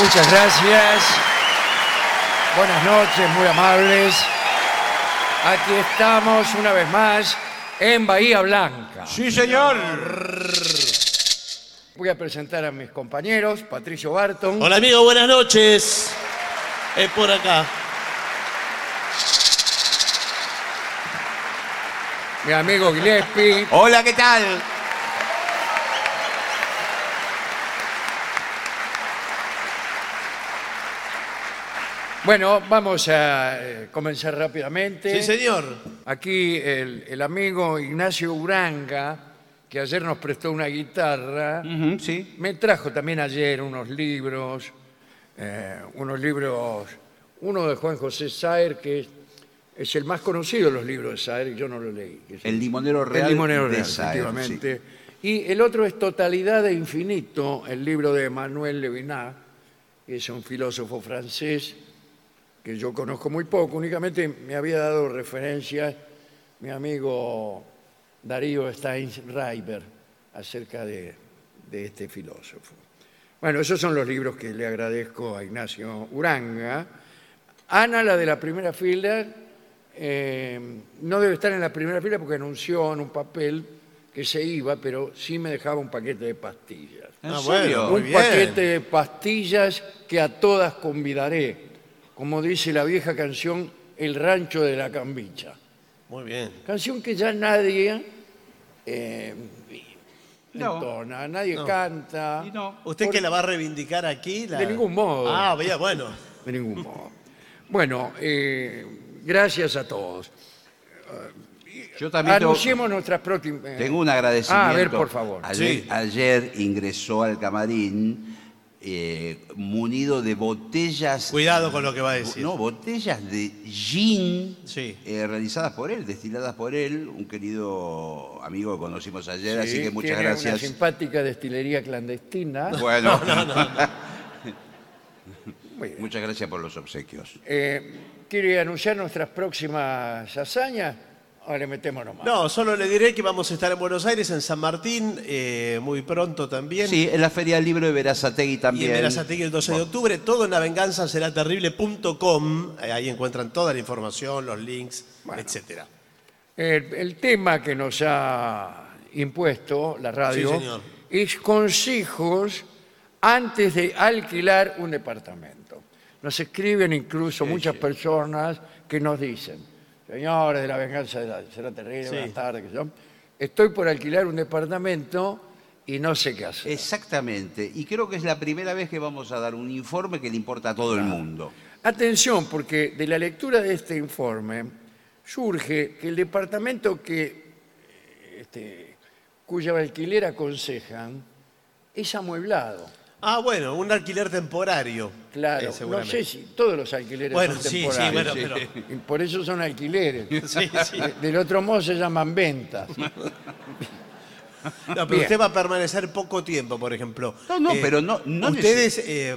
Muchas gracias. Buenas noches, muy amables. Aquí estamos una vez más en Bahía Blanca. Sí, señor. Voy a presentar a mis compañeros, Patricio Barton, Hola amigo, buenas noches. Es por acá. mi amigo Gillespie, Hola, ¿qué tal? Bueno, vamos a eh, comenzar rápidamente. Sí, señor. Aquí el, el amigo Ignacio Uranga, que ayer nos prestó una guitarra, Mm. sí. me trajo también ayer unos libros, eh, unos libros, uno de Juan José Saer, que es, es el más conocido de los libros de Saer, y yo no lo leí. que es El limonero real. El limonero de real, Saer, efectivamente. Y el otro es Totalidad e Infinito, el libro de Manuel Levinas, que es un filósofo francés que yo conozco muy poco, únicamente me había dado referencias mi amigo Darío Steinreiber acerca de, de este filósofo. Bueno, esos son los libros que le agradezco a Ignacio Uranga. Ana, la de la primera fila, eh, no debe estar en la primera fila porque anunció en un papel que se iba, pero sí me dejaba un paquete de pastillas. ¿En Ah, serio? bueno, Un muy bien. paquete de pastillas que a todas convidaré, como dice la vieja canción El rancho de la cambicha. Muy bien. Canción que ya nadie eh, entona, nadie canta. Y no. ¿Usted que la va a reivindicar aquí? la- De ningún modo. Ah, bien, bueno. De ningún modo. Bueno, eh, gracias a todos. Yo también tengo- Anunciemos nuestras próximas... eh, Tengo un agradecimiento. Ah, a ver, por favor. Ayer, Sí. ayer ingresó al camarín eh, munido de botellas. Cuidado con lo que va a decir. No, botellas de gin Sí. eh, realizadas por él, destiladas por él, un querido amigo que conocimos ayer, Sí, así que muchas tiene Una gracias. simpática destilería clandestina. Bueno, Muy bien. muchas gracias por los obsequios. Eh, ¿Quiere anunciar nuestras próximas hazañas? Ahora le metemos nomás. No, solo le diré que vamos a estar en Buenos Aires, en San Martín, eh, muy pronto también. Sí, en la Feria del Libro de Verazategui Y también. en Verazategui el 12 de octubre, todo en lavenganzaseraterrible.com. Eh, Ahí encuentran toda la información, los links, etcétera. El, el tema que nos ha impuesto la radio Sí, señor. es consejos antes de alquilar un departamento. Nos escriben incluso muchas personas que nos dicen, señores de la venganza de la, será terrible, Sí. buenas tardes, que son, estoy por alquilar un departamento y no sé qué hacer. Exactamente, y creo que es la primera vez que vamos a dar un informe que le importa a todo el mundo. Atención, porque de la lectura de este informe surge que el departamento que, eh, este, cuya alquiler aconsejan es amueblado. Ah, bueno, un alquiler temporario. Claro, eh, no seguramente. sé si todos los alquileres Bueno, son sí, sí, bueno, temporarios. pero. Y por eso son alquileres. Sí, sí. De- Del otro modo se llaman ventas. No, pero Bien. usted va a permanecer poco tiempo, por ejemplo. Eh, No, no, pero no- no ustedes, eh,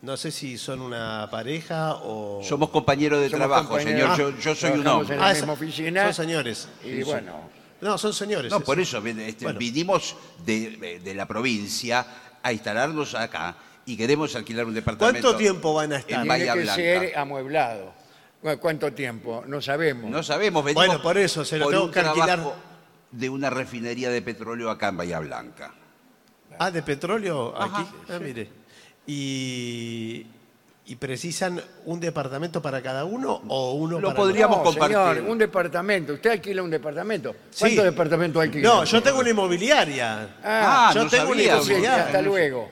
no sé si son una pareja o... Ah, Somos compañeros de Oh. Somos trabajo, compañeros. Ah, señor. Yo, yo soy un Trabajamos hombre. en la misma oficina. Son señores. Y bueno, No, son señores. No, por eso ven, este, Bueno. vinimos de, de la provincia a instalarnos acá y queremos alquilar un departamento. ¿Cuánto tiempo van a estar? En tiene Bahía que Blanca. ser amueblado. Bueno, ¿Cuánto tiempo? No sabemos. No sabemos, venimos Bueno, por eso, se lo por tengo un que alquilar. trabajo de una refinería de petróleo acá en Bahía Blanca. Ah, de petróleo Ajá. aquí. Ah, mire. Y, y precisan un departamento para cada uno o uno Lo para podríamos No, compartir. señor, un departamento. Usted alquila un departamento. Sí. ¿Cuántos departamentos cada- alquila? No, yo tengo una inmobiliaria. Ah, Ah, yo no tengo una sabía, bien, ya, inmobiliaria. hasta luego.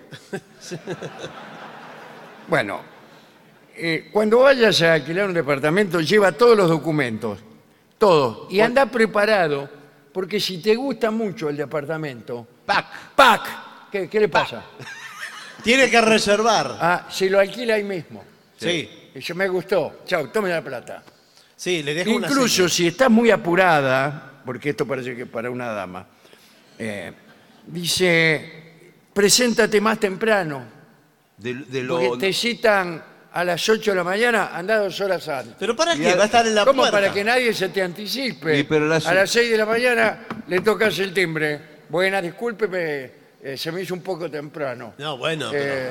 Bueno, eh, cuando vayas a alquilar un departamento, lleva todos los documentos, todos. Y anda preparado Porque si te gusta mucho el departamento, Pac. ¡pac! ¿Qué, qué le pasa? Tiene que reservar. Ah, se lo alquila ahí mismo. Sí, Dice, me gustó. Chao, tome la plata. sí, le dejo una Incluso señal. si estás muy apurada, porque esto parece que para una dama, eh, dice, preséntate más temprano, De, de lo, porque te citan a las 8 de la mañana, anda dos horas antes. Pero ¿para qué? Mirá, Va a estar en la ¿Cómo? puerta. Para que nadie se te anticipe. Y pero las- A las 6 de la mañana le tocas el timbre. Buena, discúlpeme, eh, se me hizo un poco temprano. No, bueno. Eh,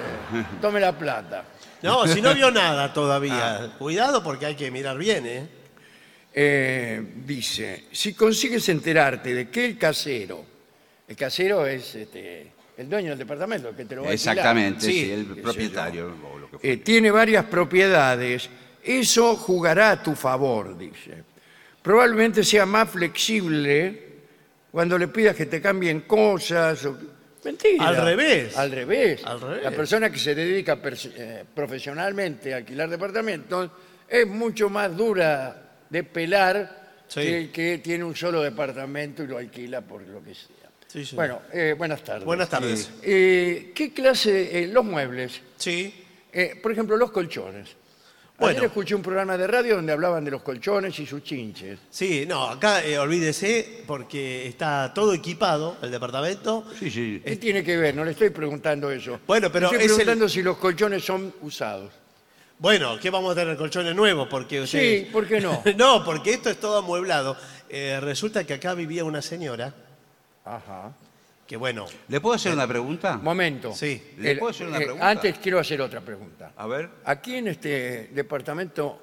tome la plata. pero- No, si no vio nada todavía. Cuidado porque hay que mirar bien, ¿eh? Eh, dice, si consigues enterarte de que el casero, el casero es este, el dueño del departamento, el que te lo va a alquilar. Exactamente, sí, Sí, qué sé el yo. propietario. o lo que fuera. Eh, tiene varias propiedades, eso jugará a tu favor, dice. Probablemente sea más flexible cuando le pidas que te cambien cosas. o- Mentira. Al revés. Al revés. Al revés. La persona que se dedica pers- eh, profesionalmente a alquilar departamentos es mucho más dura de pelar Sí. que el que tiene un solo departamento y lo alquila por lo que sea. Sí, sí. Bueno, eh, buenas tardes. Buenas tardes. Eh, ¿Qué clase, eh, los muebles? Sí. Eh, por ejemplo, los colchones. Bueno. Ayer escuché un programa de radio donde hablaban de los colchones y sus chinches. Sí, no, acá eh, olvídese porque está todo equipado el departamento. Sí, sí. ¿Qué tiene que ver? No le estoy preguntando eso. Bueno, pero estoy es el- preguntando si los colchones son usados. Bueno, ¿qué vamos a tener? ¿Colchones nuevos? Porque ustedes- ¿por qué no? no, porque esto es todo amueblado. Eh, resulta que acá vivía una señora Ajá. que, bueno, ¿Le puedo hacer una pregunta? Eh, Momento. eh, Sí. ¿Le puedo hacer una pregunta? antes quiero hacer otra pregunta. A ver. ¿Aquí en este departamento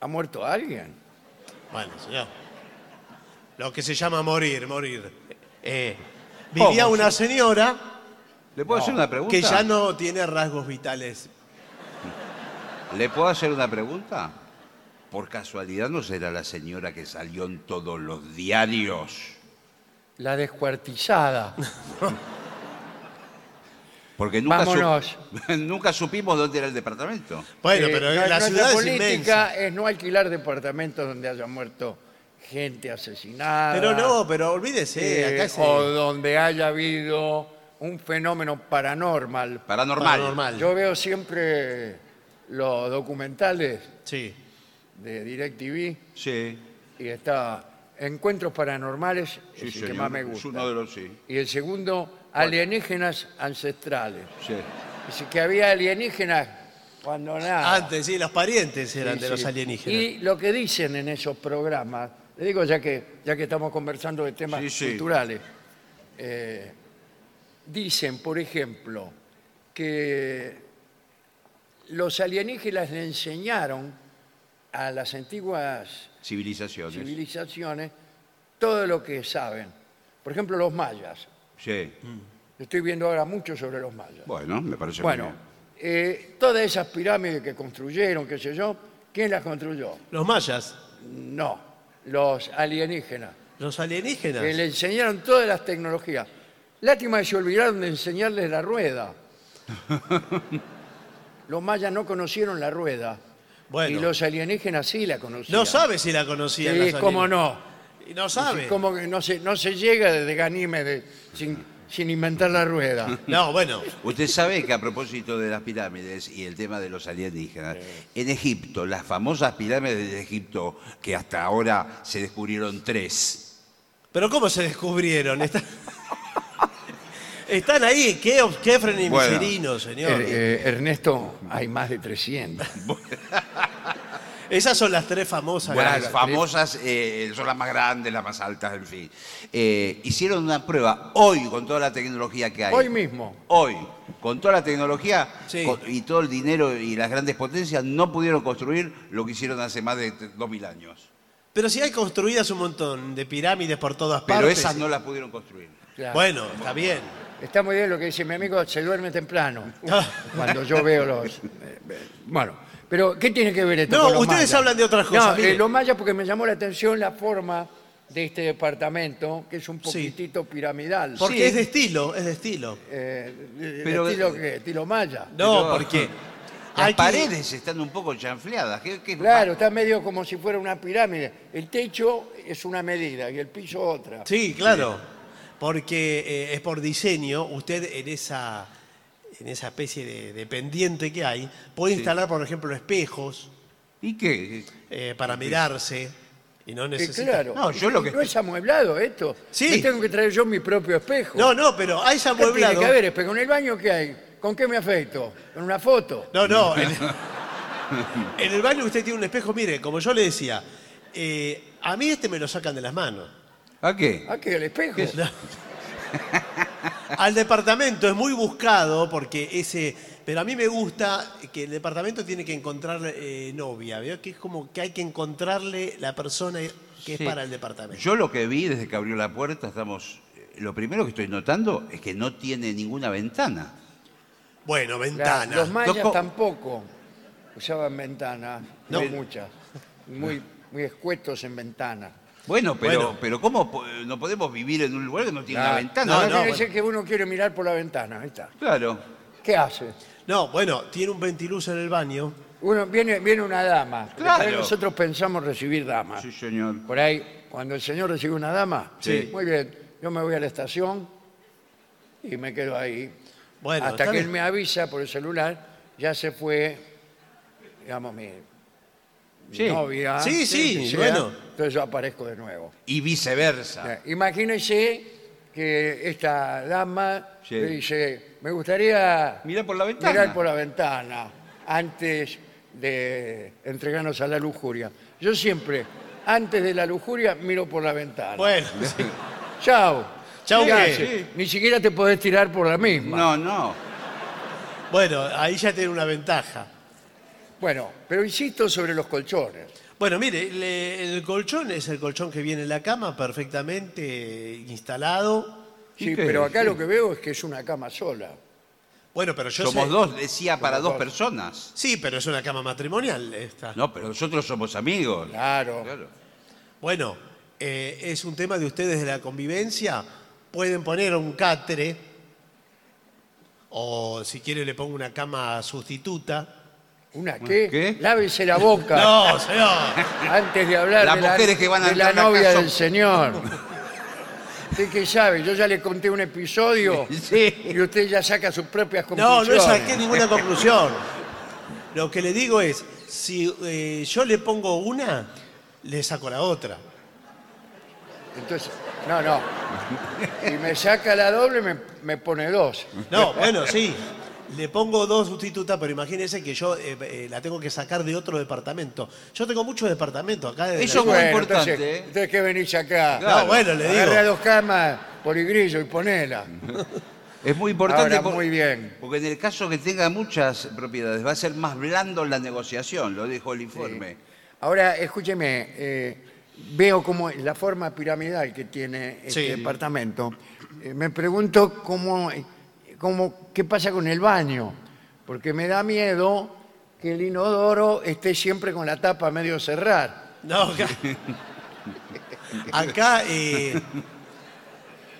ha muerto alguien? bueno, señor. Lo que se llama morir, morir. Eh, vivía ¿Cómo? una señora ¿Le puedo hacer una pregunta? que ya no tiene rasgos vitales. ¿Le puedo hacer una pregunta? Por casualidad no será la señora que salió en todos los diarios. La descuartizada. Porque nunca, sup- Vámonos. nunca supimos dónde era el departamento. Bueno, Eh, pero la, la nuestra ciudad es política inmensa. es no alquilar departamentos donde haya muerto gente asesinada. Pero no, pero olvídese, eh, acá es o donde haya habido un fenómeno paranormal. Paranormal. Paranormal. Yo veo siempre los documentales Sí. de DirecTV Sí. y está Encuentros Paranormales, es Sí, el que señor. más me Es gusta. uno de los- sí. Y el segundo, Alienígenas Ancestrales. Sí. Dice que había alienígenas cuando nada. Ah. Ah, Antes, sí, los parientes eran Sí, de sí. los alienígenas. Y lo que dicen en esos programas, le digo ya que, ya que estamos conversando de temas Sí, sí. culturales, eh, dicen, por ejemplo, que los alienígenas le enseñaron a las antiguas Civilizaciones. civilizaciones todo lo que saben. Por ejemplo, los mayas. Sí. Mm. Estoy viendo ahora mucho sobre los mayas. Bueno, me parece muy Bueno, bien. eh, todas esas pirámides que construyeron, qué sé yo, ¿quién las construyó? Los mayas, No, los alienígenas, los alienígenas. que le enseñaron todas las tecnologías. Lástima que se olvidaron de enseñarles la rueda. Los mayas no conocieron la rueda. Bueno. Y los alienígenas sí la conocían. No sabe si la conocían. Sí, las cómo alienígenas. no. Y no sabe. Como que no se, no se llega desde Ganímedes sin, sin inventar la rueda. No, bueno. Usted sabe que a propósito de las pirámides y el tema de los alienígenas, en Egipto, las famosas pirámides de Egipto, que hasta ahora se descubrieron tres. Pero ¿cómo se descubrieron? Está- Están ahí. Qué, of- qué Bueno. frenimiserino, señor. Eh, eh, Ernesto, hay más de 300. Esas son las tres famosas. Bueno, Claro. las famosas, eh, son las más grandes, las más altas, en fin. Eh, hicieron una prueba hoy con toda la tecnología que hay. Hoy mismo. Hoy, con toda la tecnología Sí. con- y todo el dinero y las grandes potencias, no pudieron construir lo que hicieron hace más de t- 2000 años. Pero si hay construidas un montón de pirámides por todas Pero partes. esas no las pudieron construir. Claro. Bueno, está bien. Está muy bien lo que dice mi amigo, se duerme temprano. Ah. cuando yo veo los. eh, eh, Bueno, pero ¿qué tiene que ver esto? No, con los ustedes mayas? hablan de otras cosas, No, mire. eh, los mayas porque me llamó la atención la forma de este departamento, que es un Sí. poquitito piramidal. Porque Sí. es de estilo, es de estilo. Eh, de- de Pero- estilo, que- estilo maya. No, Pero- porque Las hay que- paredes están un poco chanfleadas. ¿Qué- qué- Claro, está medio como si fuera una pirámide. El techo es una medida y el piso otra. Sí, claro. Porque eh, es por diseño, usted en esa, en esa especie de, de pendiente que hay, puede instalar, por ejemplo, espejos ¿Y qué? eh, para mirarse y no Eh, necesita. claro. No, yo lo que. No es amueblado esto. Sí. Me tengo que traer yo mi propio espejo. No, no, pero hay ese ¿Qué tiene amueblado. que haber espejo? ¿En el baño qué hay? ¿Con qué me afecto? ¿Con una foto? No, no. En, en el baño usted tiene un espejo, mire, como yo le decía, eh, a mí este me lo sacan de las manos. ¿A qué? ¿Ah, qué? ¿El espejo? No. Al departamento es muy buscado porque ese. Pero a mí me gusta que el departamento tiene que encontrar eh, novia, ¿veo? Que es como que hay que encontrarle la persona que Sí. es para el departamento. Yo lo que vi desde que abrió la puerta, estamos. eh, Lo primero que estoy notando es que no tiene ninguna ventana. Bueno, La- ventana. los mayas Loco. tampoco usaban ventanas, no, No. muchas. Muy, muy escuetos en ventanas. Bueno, pero, Bueno. pero ¿cómo po- no podemos vivir en un lugar que no tiene Ah, una ventana? no, Ahora no, tiene que bueno. ser que uno quiere mirar por la ventana. Ahí está. Claro. ¿Qué hace? No, bueno, tiene un ventiluz en el baño. Uno, viene, viene una dama. Claro. Después Nosotros pensamos recibir damas. Sí, señor. Por ahí, cuando el señor recibe una dama, Sí. muy bien, yo me voy a la estación y me quedo ahí. Bueno, Hasta está que él bien. me avisa por el celular, ya se fue, digamos, mi, mi Sí. novia. Sí, lo sí, que sea, bueno. ¿eh? Entonces yo aparezco de nuevo. Y viceversa. Imagínense que esta dama Sí. le dice, me gustaría Mirá por la ventana. mirar por la ventana antes de entregarnos a la lujuria. Yo siempre, antes de la lujuria, miro por la ventana. Bueno, sí. Chao. Chau, ¿Qué ¿qué? haces? Sí. Ni siquiera te podés tirar por la misma. No, no. bueno, ahí ya tiene una ventaja. Bueno, pero insisto sobre los colchones. Bueno, mire, le- el colchón es el colchón que viene en la cama, perfectamente instalado. Sí, ¿Y qué? pero acá Sí. lo que veo es que es una cama sola. Bueno, pero yo Somos sé- dos, decía, para dos dos. personas. Sí, pero es una cama matrimonial esta. No, pero nosotros somos amigos. Claro. Claro. Bueno, eh, es un tema de ustedes de la convivencia. Pueden poner un catre o si quiere le pongo una cama sustituta. ¿Una qué? ¿Qué? Lávese la boca No, señor. antes de hablar Las de, la- mujeres que van a de la entrar acá novia son- del señor. ¿Usted qué sabe? Yo ya le conté un episodio Sí. y usted ya saca sus propias No, conclusiones. no saqué ninguna conclusión. Lo que le digo es, si eh, yo le pongo una, le saco la otra. Entonces, no, no. Y me saca la doble, me, me pone dos. No, bueno, sí. Le pongo dos sustitutas, pero imagínense que yo eh, eh, la tengo que sacar de otro departamento. Yo tengo muchos departamentos acá. de la Eso- Muy importante, Entonces, ¿eh? entonces, ¿qué venís acá? No, bueno, le digo. Agarrá dos camas, poligrillo y ponela. Es muy importante. Ahora, muy bien. Porque en el caso que tenga muchas propiedades, va a ser más blando la negociación, lo dijo el informe. Ahora, escúcheme, eh, veo como la forma piramidal que tiene este Sí. departamento. Eh, me pregunto cómo, eh, cómo, qué pasa con el baño, porque me da miedo que el inodoro esté siempre con la tapa a medio cerrar. No, acá. acá eh, Yo no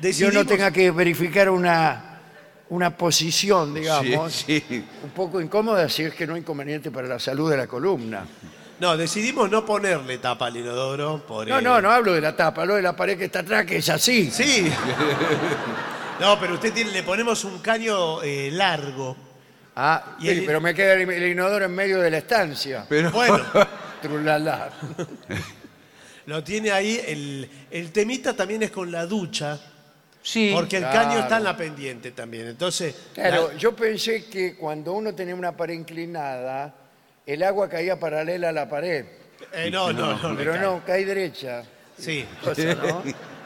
decidimos- tenga que verificar una, una posición, digamos, Sí, sí. un poco incómoda si es que no es inconveniente para la salud de la columna. No, decidimos no ponerle tapa al inodoro. Por, No, eh, no, no hablo de la tapa, hablo de la pared que está atrás, que es así. Sí. No, pero usted tiene, le ponemos un caño eh, largo. Ah, Y sí, el- pero me queda el, el inodoro en medio de la estancia. Pero Bueno, Trulalá. lo tiene ahí. El, el temita también es con la ducha, sí. porque el Claro. caño está en la pendiente también. Entonces, Claro, yo pensé que cuando uno tenía una pared inclinada, el agua caía paralela a la pared, la- eh, no, no, no. le pero cae. no, cae derecha. Sí. Cosa, ¿no?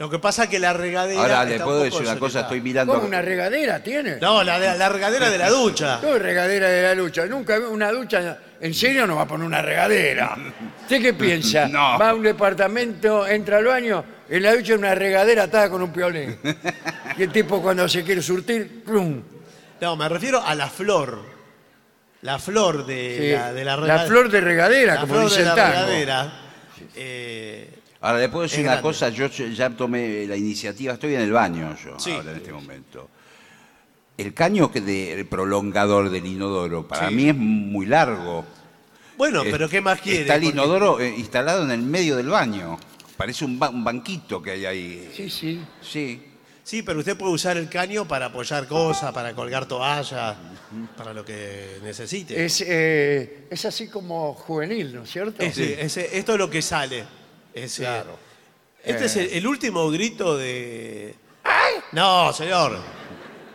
Lo que pasa es que la regadera. Ahora le está un poco puedo decir una cosa, desordenada. estoy mirando. ¿Cómo una regadera tiene? No, la, de- la regadera de la ducha. No es regadera de la ducha. Nunca vi una ducha. ¿En serio no va a poner una regadera? ¿Usted qué piensa? No. Va a un departamento, entra al baño, en la ducha hay una regadera atada con un piolín. Y el tipo cuando se quiere surtir, ¡plum! No, me refiero a la flor. La flor de, Sí. la, de la Eh, La regadera. flor de regadera, La como flor dice de el la tango. regadera. Eh, Ahora, le puedo decir Es una grande. cosa, yo ya tomé la iniciativa, estoy en el baño yo Sí. ahora en este momento. El caño que de, el prolongador del inodoro para Sí. mí es muy largo. Bueno, Eh, pero ¿qué más quiere? Está el Porque- inodoro eh, instalado en el medio del baño. Parece un, ba- un banquito que hay ahí. Sí, sí. Sí. Sí, pero usted puede usar el caño para apoyar cosas, para colgar toallas, para lo que necesite. Es, eh, es así como juvenil, ¿no es cierto? Ese- ese- esto es lo que sale. Ese- Claro. Este es Eh. el, el último grito de. No, señor.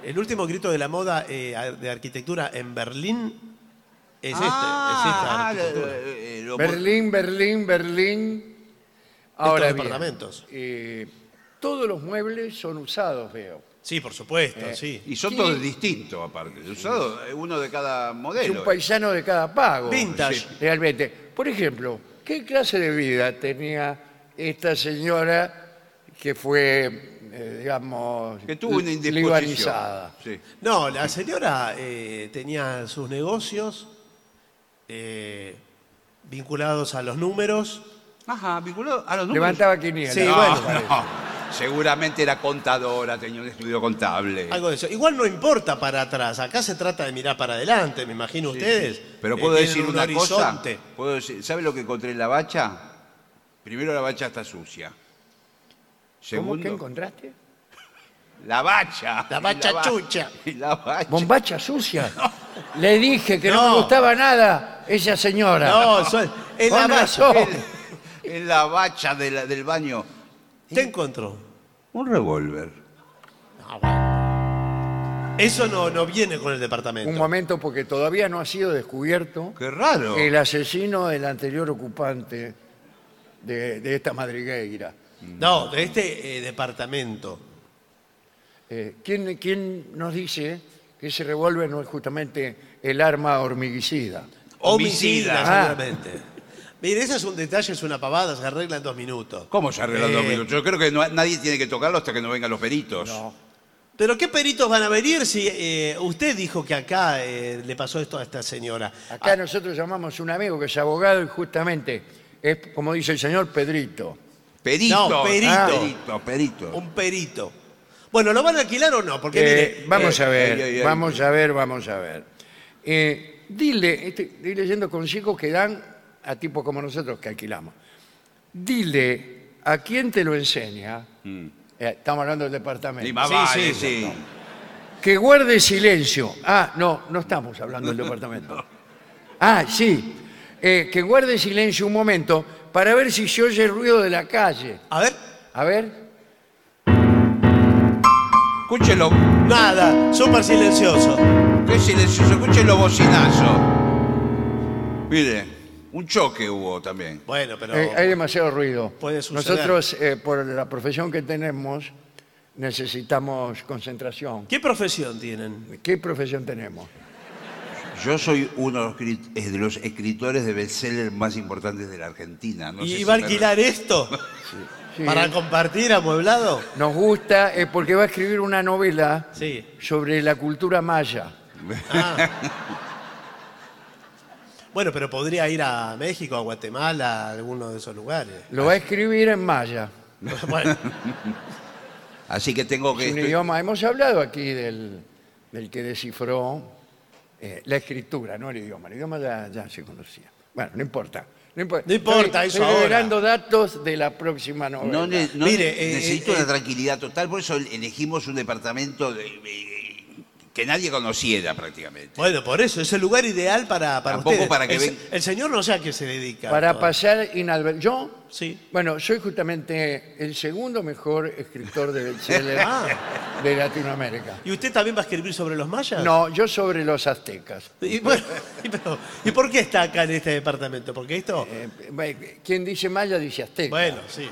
El último grito de la moda eh, ar- de arquitectura en Berlín es este. Ah, es esta arquitectura. eh, eh, lo- Berlín, Berlín, Berlín. Ahora bien, departamentos. eh, todos los muebles son usados, veo. ah. Sí, por supuesto, sí. Eh, Y son todos distintos, aparte. Usado, eh, uno de cada Es modelo. un paisano de cada pago. Vintage. Sí, Realmente. Por ejemplo, ¿qué clase de vida tenía esta señora que fue, eh, digamos, Que tuvo una indisposición. libanizada? Sí. No, la señora eh, tenía sus negocios eh, vinculados a los números. Ajá, vinculado a los números. Levantaba 500. Sí, No, bueno, no. Seguramente era contadora, tenía un estudio contable. Algo de eso. Igual no importa para atrás. Acá se trata de mirar para adelante, me imagino ustedes. Pero eh, puedo tienen decir un una horizonte. cosa. ¿Puedo decir- ¿Sabe lo que encontré en la bacha? Primero, la bacha está sucia. ¿Cómo que Segundo, encontraste? la bacha. La bacha Y ba- chucha. Y la bacha. Bombacha sucia. Le dije que no. No. me gustaba nada esa señora. No, son- es la Con bacha. razón. Es la bacha de la- del baño. Te encontró. Un revólver. No, bueno. Eso no, no viene con el departamento. Un momento, porque todavía no ha sido descubierto Qué raro. el asesino del anterior ocupante de, de esta madrigueira. No, de este eh, departamento. Eh, ¿quién, quién nos dice que ese revólver no es justamente el arma hormiguicida? Homicida, Ah. seguramente. Mire, ese es un detalle, es una pavada, se arregla en dos minutos. ¿Cómo se arreglan Eh, dos minutos? Yo creo que no- nadie tiene que tocarlo hasta que no vengan los peritos. Pero ¿qué peritos van a venir si eh, usted dijo que acá eh, le pasó esto a esta señora? Acá nosotros llamamos a un amigo que es abogado y justamente es, como dice el señor, Pedrito. Peritos. No, perito. Ah, peritos, peritos. Un perito. Bueno, ¿lo van a alquilar o no? Porque Eh, mire, vamos eh, a ver, ay, ay, ay. vamos a ver, vamos a ver. Eh, dile, este, estoy leyendo consejos que dan a tipos como nosotros que alquilamos. Dile a quién te lo enseña, eh, estamos hablando del departamento, Y Mm. más Sí, sí. vale, sí. que guarde silencio. Ah, no, no estamos hablando del departamento. Ah, sí, eh, que guarde silencio un momento para ver si se oye el ruido de la calle. A ver, A ver, Escúchelo. nada, súper silencioso. Qué silencioso. Escuchen los bocinazos. Mire, un choque hubo también. Bueno, pero... eh, hay demasiado ruido. Puede suceder. Nosotros, eh, por la profesión que tenemos, necesitamos concentración. ¿Qué profesión tienen? ¿Qué profesión tenemos? Yo soy uno de los, cri- eh, de los escritores de bestseller más importantes de la Argentina. No sé ¿Y si va a te- alquilar esto? Sí. ¿Para compartir amueblado? Nos gusta eh, porque va a escribir una novela Sí. sobre la cultura maya. Ah. Bueno, pero podría ir a México, a Guatemala, a alguno de esos lugares. Lo va a escribir en maya. Bueno, Así que tengo que. Es un estoy- idioma. Hemos hablado aquí del, del que descifró eh, la escritura, no el idioma. El idioma ya, ya se conocía. Bueno, no importa. No importa, No importa, Estoy- eso estoy ahora. revelando datos de la próxima novela. No, ne- no Mire, ne- eh, necesito eh, una eh. tranquilidad total, por eso elegimos un departamento de- eh, que nadie conociera prácticamente. bueno, por eso, es el lugar ideal para, para Tampoco ustedes. para que el, ven- el señor no sé a qué se dedica. Para Todo. pasar inadvertido. Yo, Sí. bueno, soy justamente el segundo mejor escritor de bestseller Ah. de Latinoamérica. ¿Y usted también va a escribir sobre los mayas? No, yo sobre los aztecas. Y, bueno, y, pero- ¿y por qué está acá en este departamento? Porque esto... Eh, eh, quien dice maya dice azteca. Bueno, sí.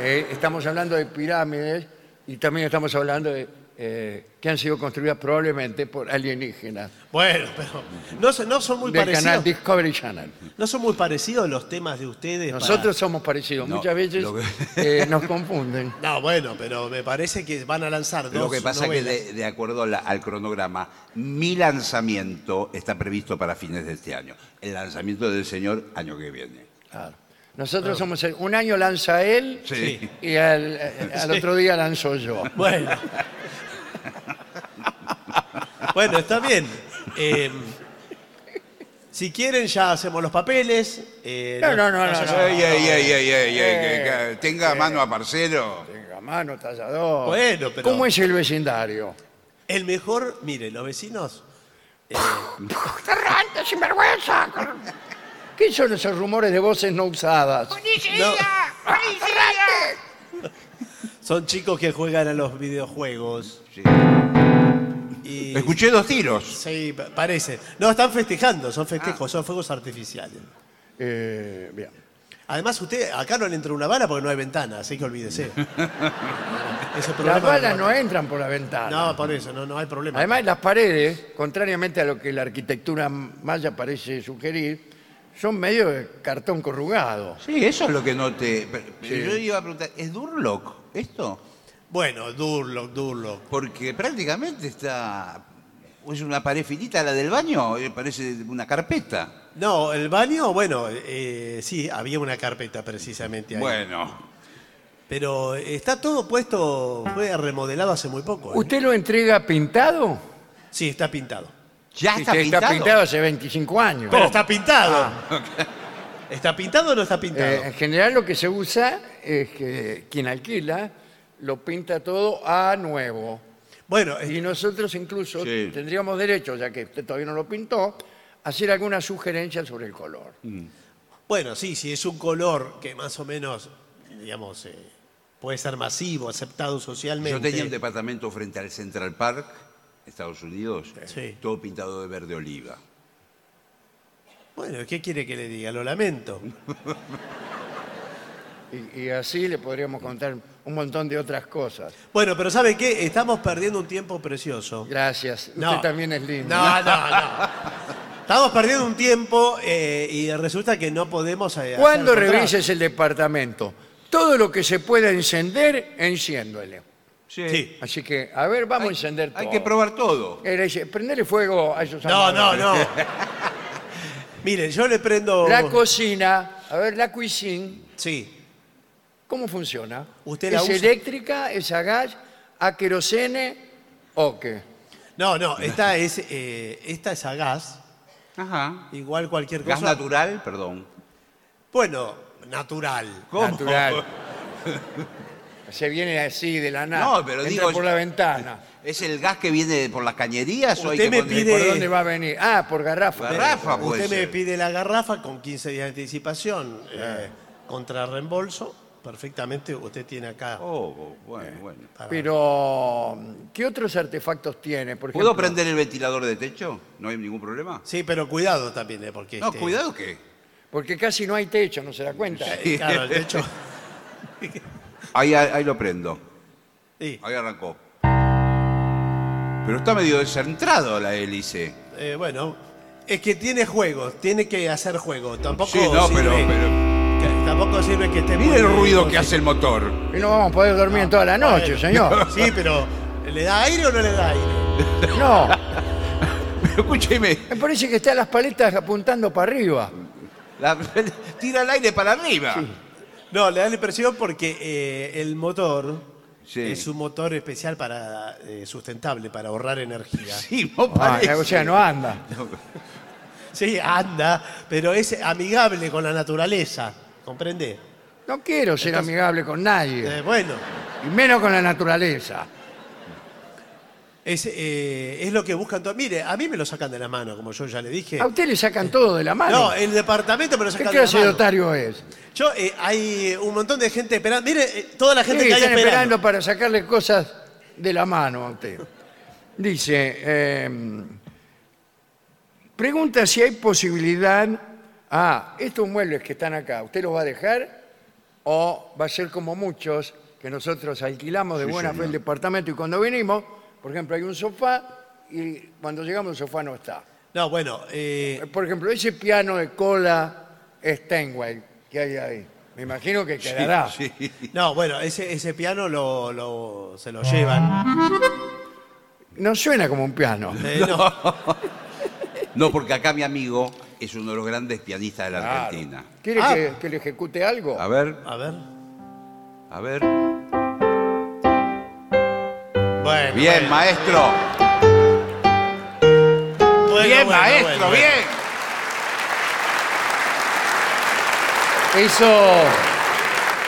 Eh, estamos hablando de pirámides y también estamos hablando de eh, que han sido construidas probablemente por alienígenas Bueno, pero no, son- no son muy del canal parecidos. Discovery Channel. No son muy parecidos los temas de ustedes. para- Nosotros somos parecidos, No, muchas veces lo que- eh, nos confunden. No, bueno, pero me parece que van a lanzar dos Lo que pasa es que, novelas. de, de acuerdo a la- al cronograma, mi lanzamiento está previsto para fines de este año. El lanzamiento del señor año que viene. Claro. Nosotros somos el- un año lanza él Sí. y eh, al, al otro día lanzo yo. Bueno. Bueno, está bien. Eh, si quieren, ya hacemos los papeles. eh, No, no, no, nos- no, nos- no. Ey, ey, ey, ey, ey, Eh, ey, que- que tenga mano a parcero. Venga, mano, tallador. Bueno, pero- ¿Cómo es el vecindario? El mejor, mire, los vecinos. ¡Arranca, sinvergüenza! ¿Qué son esos rumores de voces no usadas? No. Son chicos que juegan a los videojuegos. Y- Escuché dos tiros. Sí, pa- parece. No, están festejando, son festejos, son fuegos artificiales. Eh, bien. Además, usted acá no le entra una bala porque no hay ventana, así que olvídese. Ese problema Las balas lo- no entran por la ventana. No, por eso, no, no hay problema. Además, las paredes, contrariamente a lo que la arquitectura maya parece sugerir, son medio de cartón corrugado. Sí, eso es lo que noté. Pero- pero Yo iba a preguntar, ¿es Durlock esto? Bueno, Durlock, Durlock. Porque prácticamente está... Es una pared finita la del baño, eh, parece una carpeta. No, el baño, bueno, eh, sí, había una carpeta precisamente ahí. Bueno, Pero está todo puesto, fue remodelado hace muy poco. ¿eh? ¿Usted lo entrega pintado? Sí, está pintado. ya Sí, está sí, pintado. hace 25 años. Pero está pintado. Ah, ¿Está pintado o no está pintado? Eh, en general lo que se usa es que quien alquila lo pinta todo a nuevo. bueno, eh, Y nosotros incluso Sí. tendríamos derecho, ya que usted todavía no lo pintó, a hacer alguna sugerencia sobre el color. bueno, sí, si es un color que más o menos, digamos, eh, puede ser masivo, aceptado socialmente. Yo tenía un departamento frente al Central Park, Estados Unidos, Sí. todo pintado de verde oliva. Bueno, ¿qué quiere que le diga? Lo lamento. Y, y así le podríamos contar un montón de otras cosas. Bueno, pero ¿sabe qué? Estamos perdiendo un tiempo precioso. Gracias. No. Usted también es lindo. No, no, no. Estamos perdiendo un tiempo eh, y resulta que no podemos... eh, hacer Cuando el contrato. revises el departamento, todo lo que se pueda encender, enciéndole. Sí. Así que, a ver, vamos a Hay, encender todo. hay que probar todo. Él dice, prendele fuego a esos No, no, amores". no. Miren, yo le prendo... La cocina, a ver, la cuisine, Sí. ¿cómo funciona? Usted ¿Es la usa- eléctrica, es a gas, a querosene o qué? No, no, esta es, eh, esta es a gas, Ajá. igual cualquier cosa. Gas natural, perdón. Bueno, natural. Natural. Se viene así de la nada. No, pero Entra digo- por la ventana. ¿Es el gas que viene por las cañerías o hay Usted que me poner- pide- ¿Por dónde va a venir? Ah, por garrafa. Garrafa, puede Usted me ser. pide la garrafa con 15 días de anticipación eh, contra reembolso. Perfectamente, usted tiene acá. Oh, bueno, bueno. para- Pero, ¿qué otros artefactos tiene? Por ¿Puedo ejemplo, prender el ventilador de techo? ¿No hay ningún problema? Sí, pero cuidado también, eh, porque. No, este, cuidado que. Porque casi no hay techo, ¿no se da cuenta? eh, Claro, de hecho. Ahí, ahí ahí lo prendo. sí, Ahí arrancó. Pero está medio descentrado la hélice. eh, bueno, es que tiene juego, tiene que hacer juego. Tampoco. Sí, no, pero- sirve- pero- que- Tampoco sirve que esté Mire muy- el ruido que hace el motor. Y no vamos a poder dormir en toda la noche, señor. Sí, pero ¿le da aire o no le da aire? No, Pero escúcheme, me parece que están las paletas apuntando para arriba. la- tira el aire para arriba. No, le da la impresión porque eh, el motor Sí. es un motor especial para eh, sustentable, para ahorrar energía. Sí. Sí, no Ah, parece. o sea, no anda. anda, pero es amigable con la naturaleza, ¿comprende? No quiero ser amigable con nadie, Eh, bueno, y menos con la naturaleza. es, eh, es lo que buscan todos. Mire, a mí me lo sacan de la mano, como yo ya le dije. A usted le sacan todo de la mano. No, el departamento me lo ¿Qué sacan de la clase de mano. otario es? Yo, eh, hay un montón de gente esperando. Mire, eh, toda la gente Sí, que hay están esperando. esperando para sacarle cosas de la mano a usted. Dice, eh, pregunta si hay posibilidad... Ah, estos muebles que están acá, ¿usted los va a dejar? ¿O va a ser como muchos que nosotros alquilamos de buena fe el departamento y cuando venimos, por ejemplo, hay un sofá y cuando llegamos el sofá no está? No, bueno, eh, Por ejemplo, ese piano de cola Steinway que hay ahí, me imagino que quedará. no, bueno, ese, ese piano lo, lo- se lo llevan. No suena como un piano. Eh, no. No, porque acá mi amigo es uno de los grandes pianistas de la Claro. Argentina. ¿Quiere Ah. que, que le ejecute algo? A ver, A ver. a ver. Bueno, Bien, bueno. maestro. bueno, maestro, bueno, bueno. bien. Eso,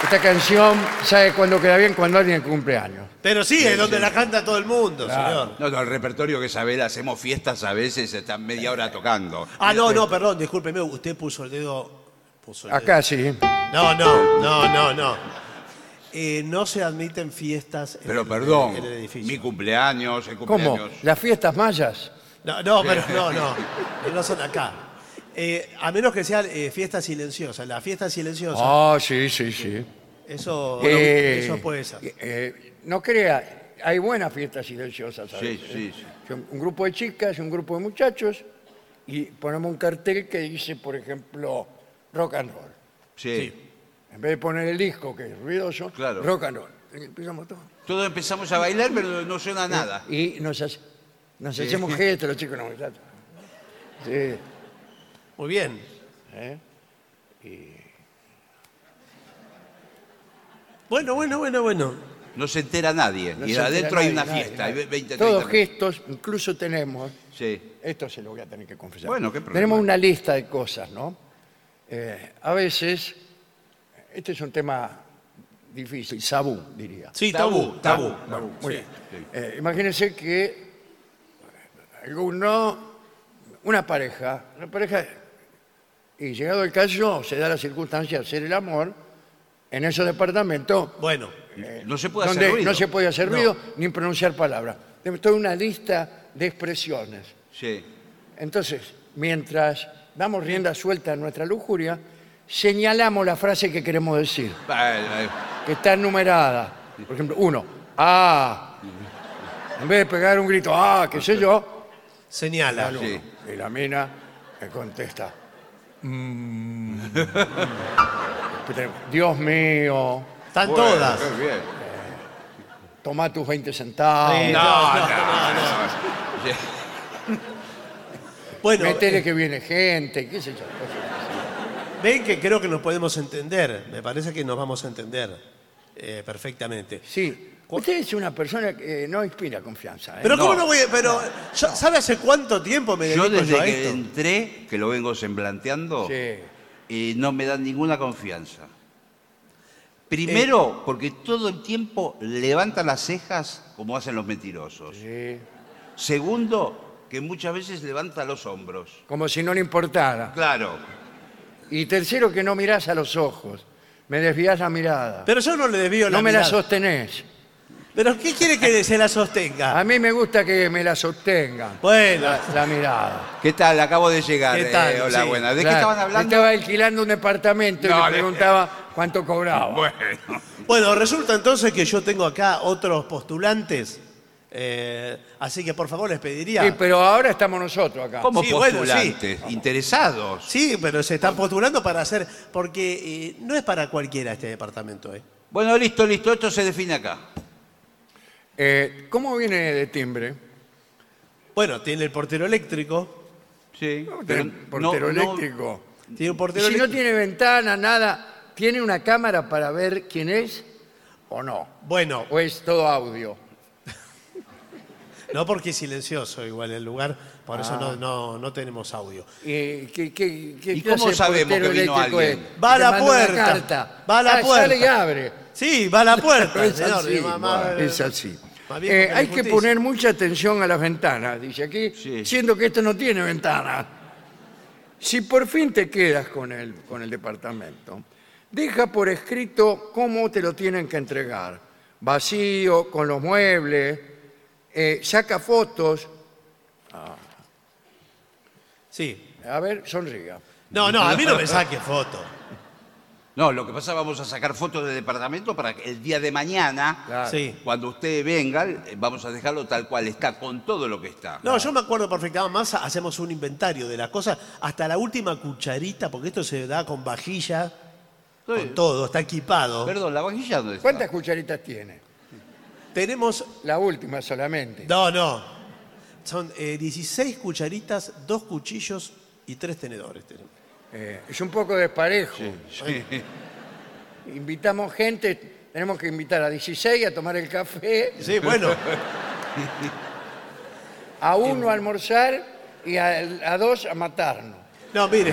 esta canción, ¿sabe cuándo queda bien? Cuando alguien cumple años. Pero sí, es donde la canta todo el mundo, señor. No, no, el repertorio que sabe, hacemos fiestas a veces, están media hora tocando. Ah, no, no, perdón, discúlpeme, usted puso el dedo. Puso el Acá sí. dedo. No, no, no, no, no. Eh, no se admiten fiestas en Pero el- perdón, en el mi edificio. cumpleaños, el ¿Cómo? cumpleaños. ¿Las fiestas mayas? No, no, pero no, no. No son acá. Eh, a menos que sean eh, fiestas silenciosas. La fiesta silenciosa, Ah, sí, sí, sí. eso, Eh, eso puede ser. eh, no crea, hay buenas fiestas silenciosas. ¿sabes? Sí, sí, sí. Son Un grupo de chicas, un grupo de muchachos y ponemos un cartel que dice, por ejemplo, rock and roll. Sí. En vez de poner el disco, que es ruidoso, Claro. rock and roll. Y Empezamos todo. Todos empezamos a bailar, pero no suena nada. Y nos, hace- nos hacemos gestos los chicos. No, muchachos. sí. Muy bien. ¿eh? Bueno, bueno, bueno, bueno. No se entera nadie. No y se entera adentro hay nadie, una nadie, fiesta, hay nadie. 20, 30. Todos gestos, incluso tenemos... Sí. Esto se lo voy a tener que confesar. Bueno, qué problema. Tenemos una lista de cosas, ¿no? Eh, a veces, este es un tema difícil, sabú, diría. Sí, tabú, tabú. Muy bien. Eh, imagínense que alguno, una pareja, una pareja, y llegado el caso, se da la circunstancia de hacer el amor en esos departamentos Bueno, No se puede hacer donde ruido. no se puede hacer ruido ni pronunciar palabras. Tenemos toda una lista de expresiones. Sí. Entonces, mientras damos rienda suelta a nuestra lujuria, señalamos la frase que queremos decir, Vale, vale. que está numerada. Por ejemplo, uno, ¡ah! En vez de pegar un grito, ¡ah! qué sé yo, señala. al uno. Sí. y la mina me contesta, "Mm". Después tenemos, Dios mío, Están Bueno, eh, todas. qué bien. toma tus 20 centavos, Sí, No, no, no, no. no. Sí. Bueno, métele eh, que viene gente, qué sé yo. cosas. ven que creo que nos podemos entender. Me parece que nos vamos a entender eh, perfectamente. Sí, usted es una persona que eh, no inspira confianza. ¿eh? Pero No. cómo no voy a... Pero, yo- ¿sabe hace cuánto tiempo me dedico Yo yo, desde a que esto? entré, que lo vengo semblanteando, Sí. y no me dan ninguna confianza. Primero, porque todo el tiempo levantan las cejas como hacen los mentirosos. Sí. Segundo, que muchas veces levanta los hombros. Como si no le importara. Claro. Y tercero, que no mirás a los ojos. Me desvías la mirada. Pero yo no le desvío la no me la mirada. sostenés. ¿Pero qué quiere que se la sostenga? A mí me gusta que me la sostengan. Bueno, La, la mirada. ¿Qué tal? Acabo de llegar. ¿Qué tal? eh, hola, Sí, buena. ¿De qué Claro. estaban hablando? Estaba alquilando un departamento No, y le- le preguntaba cuánto cobraba. Bueno. bueno, resulta entonces que yo tengo acá otros postulantes. eh, así que por favor les pediría. Sí, pues. pero ahora estamos nosotros acá. Como Sí, bueno, postulantes, interesados. Sí, pero se están postulando para hacer. Porque eh, no es para cualquiera este departamento, ¿eh? Bueno, listo, listo. Esto se define acá. Eh, ¿Cómo viene de timbre? Bueno, tiene el portero eléctrico. Sí. pero Tiene portero no- no- eléctrico. Tiene un Y portero si no eléctrico. tiene ventana, nada, ¿tiene una cámara para ver quién es o no? Bueno, ¿O es todo audio? no porque es silencioso igual el lugar, por eso Ah. no, no, no tenemos audio. Eh, ¿qué- qué- qué ¿Y clase cómo de sabemos portero que vino eléctrico alguien? es? Va a Te manda la una puerta, carta. va a la Ah, Sale y puerta. abre. Sí, va a la puerta, Es señor. así, Más- más- es así. más viejo Eh, que la hay que justicia. poner mucha atención a las ventanas, dice aquí, Sí. siendo que esto no tiene ventanas. Si por fin te quedas con el, con el departamento, deja por escrito cómo te lo tienen que entregar. Vacío, con los muebles, eh, saca fotos. Sí. A ver, sonría. No, no, a mí no me saque foto. No, lo que pasa vamos a sacar fotos del departamento para que el día de mañana, Claro. Sí. cuando usted venga, eh, vamos a dejarlo tal cual está, con todo lo que está. No, yo me acuerdo perfectamente. Más hacemos un inventario de las cosas, hasta la última cucharita, porque esto se da con vajilla, Estoy- con todo, está equipado. Perdón, la vajilla dónde está? ¿Cuántas cucharitas tiene? Tenemos. La última solamente. No, no. Son eh, 16 cucharitas, dos cuchillos y tres tenedores. tenemos. Eh, es un poco desparejo. Invitamos gente, tenemos que invitar a 16 a tomar el café, Sí, bueno, a uno a almorzar y a, a dos a matarnos. No, mire.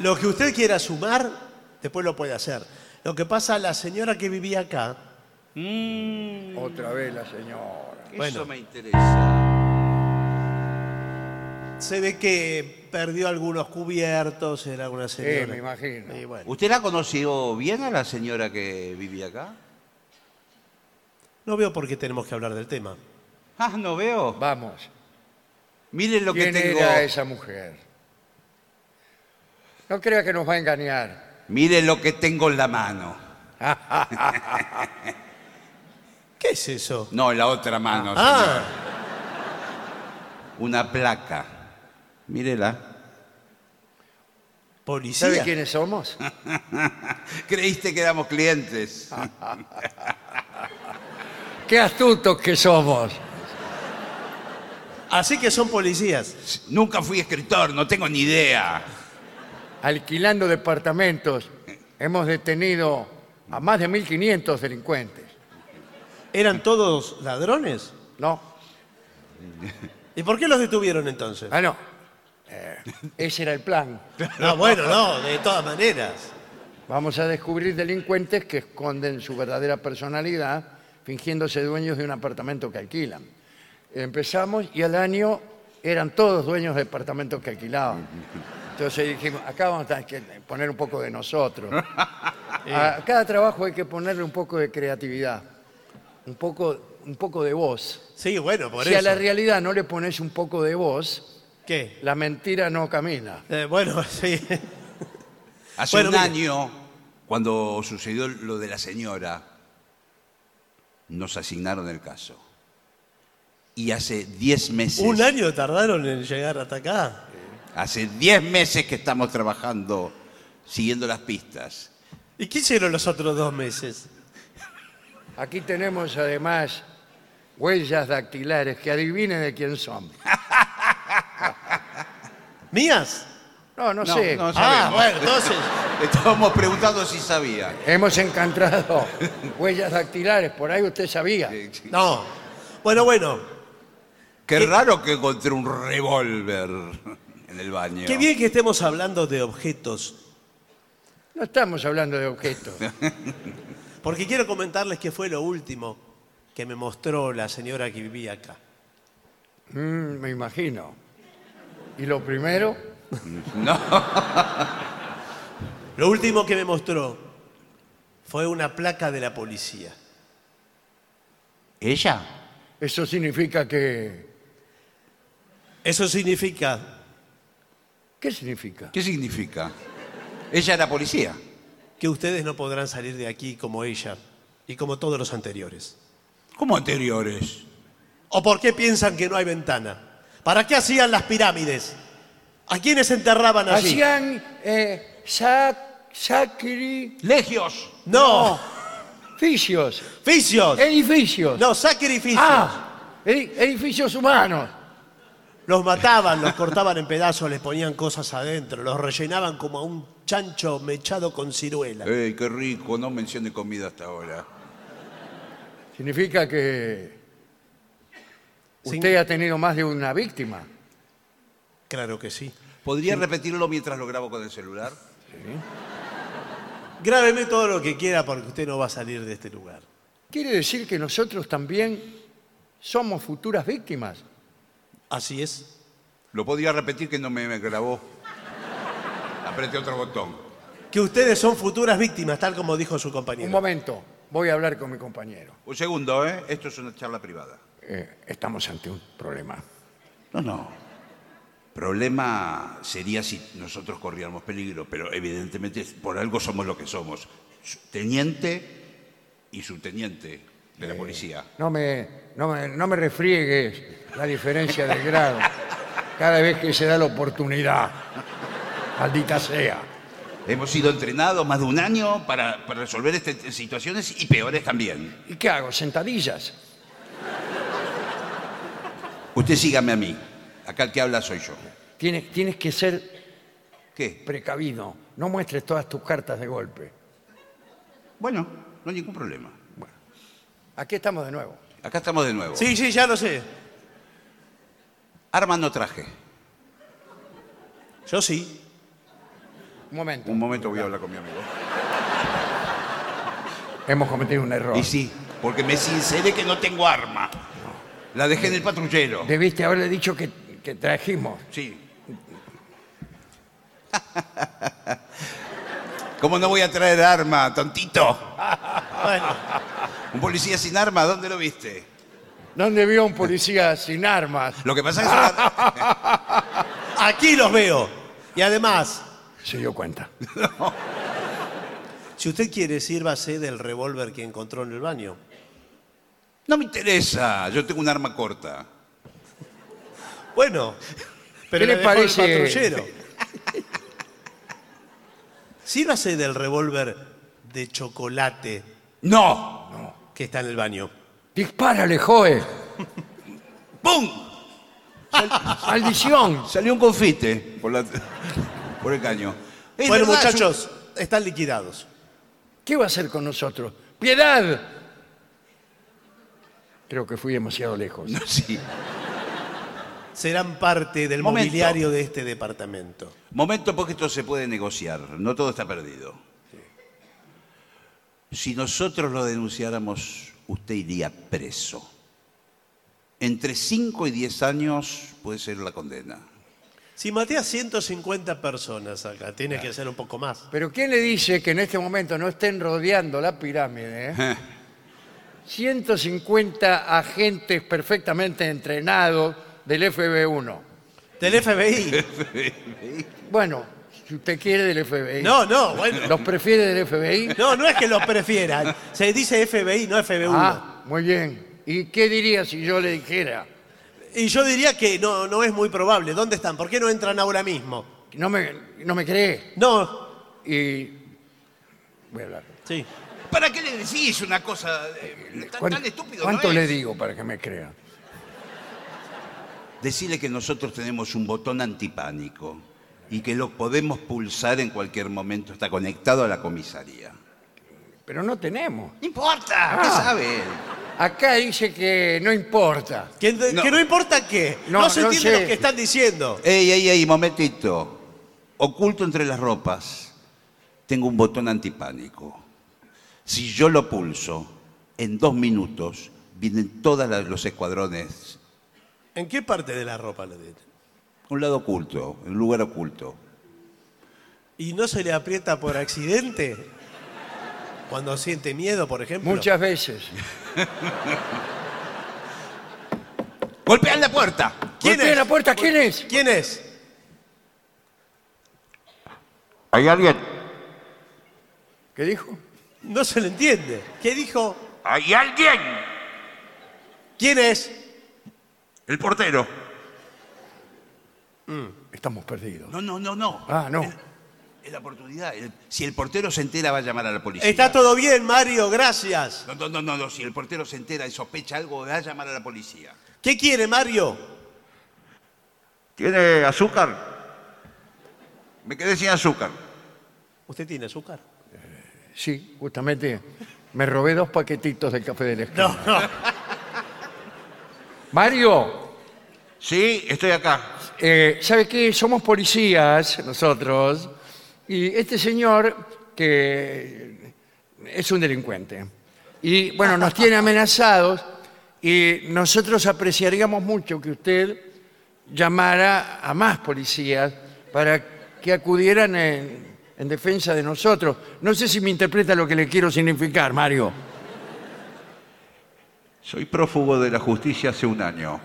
Lo que usted quiera sumar, después lo puede hacer. Lo que pasa, la señora que vivía acá, Otra vez la señora. Eso Bueno. me interesa. se ve que perdió algunos cubiertos, era una señora. Sí, me imagino. Y bueno, ¿Usted la conoció bien a la señora que vivía acá? no veo por qué tenemos que hablar del tema. Ah, no veo. Vamos. Miren lo que ¿Quién tengo. era esa mujer? No crea que nos va a engañar. Miren lo que tengo en la mano. ¿Qué es eso? No, en la otra mano. señor. Ah, Una placa. Mírela. ¿Sabe policía. quiénes somos? Creíste que éramos clientes. ¡Qué astutos que somos! Así que son policías. Nunca fui escritor, no tengo ni idea. Alquilando departamentos, hemos detenido a más de 1.500 delincuentes. ¿Eran todos ladrones? No, ¿Y por qué los detuvieron entonces? ah, no. Eh, ese era el plan. No, bueno, no, de todas maneras. Vamos a descubrir delincuentes que esconden su verdadera personalidad fingiéndose dueños de un apartamento que alquilan. Empezamos y al año eran todos dueños de apartamentos que alquilaban. Entonces dijimos, acá vamos a tener que poner un poco de nosotros. A cada trabajo hay que ponerle un poco de creatividad, un poco, un poco de voz. Sí, bueno, por si a eso. la realidad no le pones un poco de voz, ¿Qué? la mentira no camina. Eh, bueno, sí. Hace Bueno, un mire. año, cuando sucedió lo de la señora, nos asignaron el caso. Y hace 10 meses. ¿Un año tardaron en llegar hasta acá? Hace 10 meses que estamos trabajando, siguiendo las pistas. ¿Y qué hicieron los otros dos meses? Aquí tenemos además huellas dactilares que adivinen de quién son. ¿Mías? No, no, No, sé. no sé. Ah, sabemos. bueno, entonces. Estábamos preguntando si sabía. Hemos encontrado huellas dactilares, por ahí usted sabía. No. Bueno, bueno. Qué Eh. raro que encontré un revólver en el baño. Qué bien que estemos hablando de objetos. No estamos hablando de objetos. Porque quiero comentarles que fue lo último que me mostró la señora que vivía acá. Mm, me imagino. Y lo primero, Lo último que me mostró fue una placa de la policía. ¿Ella? eso significa que... Eso significa ¿Qué significa? ¿Qué significa? Ella era policía. que ustedes no podrán salir de aquí como ella y como todos los anteriores. ¿Cómo anteriores? ¿O por qué piensan que no hay ventana? ¿Para qué hacían las pirámides? ¿A quiénes enterraban allí? Hacían eh, ¡Legios! No, Eh, sacrificios, ficios. edificios. No, sacrificios. Ah, edi- edificios humanos. Los mataban, los cortaban en pedazos, les ponían cosas adentro, los rellenaban como a un chancho mechado con ciruela. ¡Ey, qué rico! No mencione comida hasta ahora. Significa que Sin- usted ha tenido más de una víctima. Claro que sí. ¿Podría repetirlo mientras lo grabo con el celular? Grábeme todo lo que quiera porque usted no va a salir de este lugar. Quiere decir que nosotros también somos futuras víctimas. Así es. Lo podría repetir que no me, me grabó. Apreté otro botón. Que ustedes son futuras víctimas, tal como dijo su Un compañero. momento, voy a hablar con mi compañero. Un segundo, ¿eh? Esto es una charla privada. Eh, estamos ante un problema. No, no. Problema sería si nosotros corríamos peligro, pero evidentemente por algo somos lo que somos. Su- Teniente y subteniente de la policía. No me, no me, no me refriegues la diferencia de grado cada vez que se da la oportunidad. Maldita sea. Hemos sido entrenados más de un año para, para resolver estas situaciones y peores también. ¿Y qué hago? ¿Sentadillas? Usted sígame a mí. Acá el que habla soy yo. Tienes, tienes que ser ¿Qué? precavido. No muestres todas tus cartas de golpe. Bueno, no hay ningún problema. Bueno, Aquí estamos de nuevo. acá estamos de nuevo. Sí, sí, ya lo sé. Arma no traje. Yo sí. Un momento. Un momento voy a hablar con mi amigo. Hemos cometido un error. Y sí, porque me sinceré que no tengo arma. La dejé en el patrullero. Debiste haberle dicho que, que trajimos. Sí. ¿Cómo no voy a traer arma, tontito? Un policía sin arma, ¿dónde lo viste? ¿Dónde vio a un policía sin armas? Lo que pasa es que... Aquí los veo. Y además, Se dio cuenta. si usted quiere, sírvase del revólver que encontró en el baño. No me interesa, yo tengo un arma corta. Bueno, ¿Qué le pero le dejó el parece? patrullero. Sírvase del revólver de chocolate ¡No! que está en el baño. Dispárale, Joe. ¡Pum! Maldición. Salió un confite por, la- por el caño. Es bueno, verdad, muchachos, están liquidados. ¿Qué va a hacer con nosotros? ¡Piedad! Creo que fui demasiado lejos. yo- No, sí. Serán parte del Momento. mobiliario de este departamento. Momento porque esto se puede negociar, no todo está perdido. Si nosotros lo denunciáramos, usted iría preso. Entre 5 y 10 años puede ser la condena. Si maté a 150 personas acá, tiene que ser un poco más. Pero ¿quién le dice que en este momento no estén rodeando la pirámide? eh? 150 agentes perfectamente entrenados del FB1. Del FBI. Bueno, si usted quiere del FBI. No, no, bueno. ¿Los prefiere del FBI? No, no es que los prefieran. Se dice FBI, no FB1. Ah, muy bien. ¿Y qué diría si yo le dijera? Y yo diría que no, no es muy probable. ¿Dónde están? ¿Por qué no entran ahora mismo? No me, no me cree. No. Y. Voy a hablar. Sí. ¿Para qué le decís una cosa eh, tan, ¿Cuán- tan estúpido? ¿Cuánto no le es? digo para que me crea? Decirle que nosotros tenemos un botón antipánico y que lo podemos pulsar en cualquier momento, está conectado a la comisaría. Pero no tenemos. No importa, ¿qué Ah. sabe? él? Acá dice que no importa. Que que no, No. importa qué. No, No, se no entiende sé. lo que están diciendo. Ey, ey, ey, momentito. Oculto entre las ropas, tengo un botón antipánico. Si yo lo pulso, en dos minutos vienen todos los escuadrones. ¿En qué parte de la ropa lo tiene? Un lado oculto, un lugar oculto. ¿Y no se le aprieta por accidente? Cuando siente miedo, por ejemplo. Muchas veces. ¡Golpean la puerta! ¿Quién Golpea es? la puerta? ¿Quién es? ¿Quién es? ¿Hay alguien? ¿Qué dijo? No se le entiende. ¿Qué dijo? ¿Hay alguien? ¿Quién es? El portero. Estamos perdidos. No, no, no, no. Ah, no. Es la oportunidad. El- si el portero se entera, va a llamar a la policía. Está todo bien, Mario, gracias. No, no, no, no, no. Si el portero se entera y sospecha algo, va a llamar a la policía. ¿Qué quiere, Mario? ¿Tiene azúcar? Me quedé sin azúcar. ¿Usted tiene azúcar? Sí, justamente me robé dos paquetitos del café del esquina. No, no. Mario, Sí, estoy acá. eh, ¿sabe qué? Somos policías nosotros. Y este señor que es un delincuente. Y bueno, nos tiene amenazados. Y nosotros apreciaríamos mucho que usted llamara a más policías para que acudieran en, en defensa de nosotros. No sé si me interpreta lo que le quiero significar, Mario. Soy prófugo de la justicia hace un año.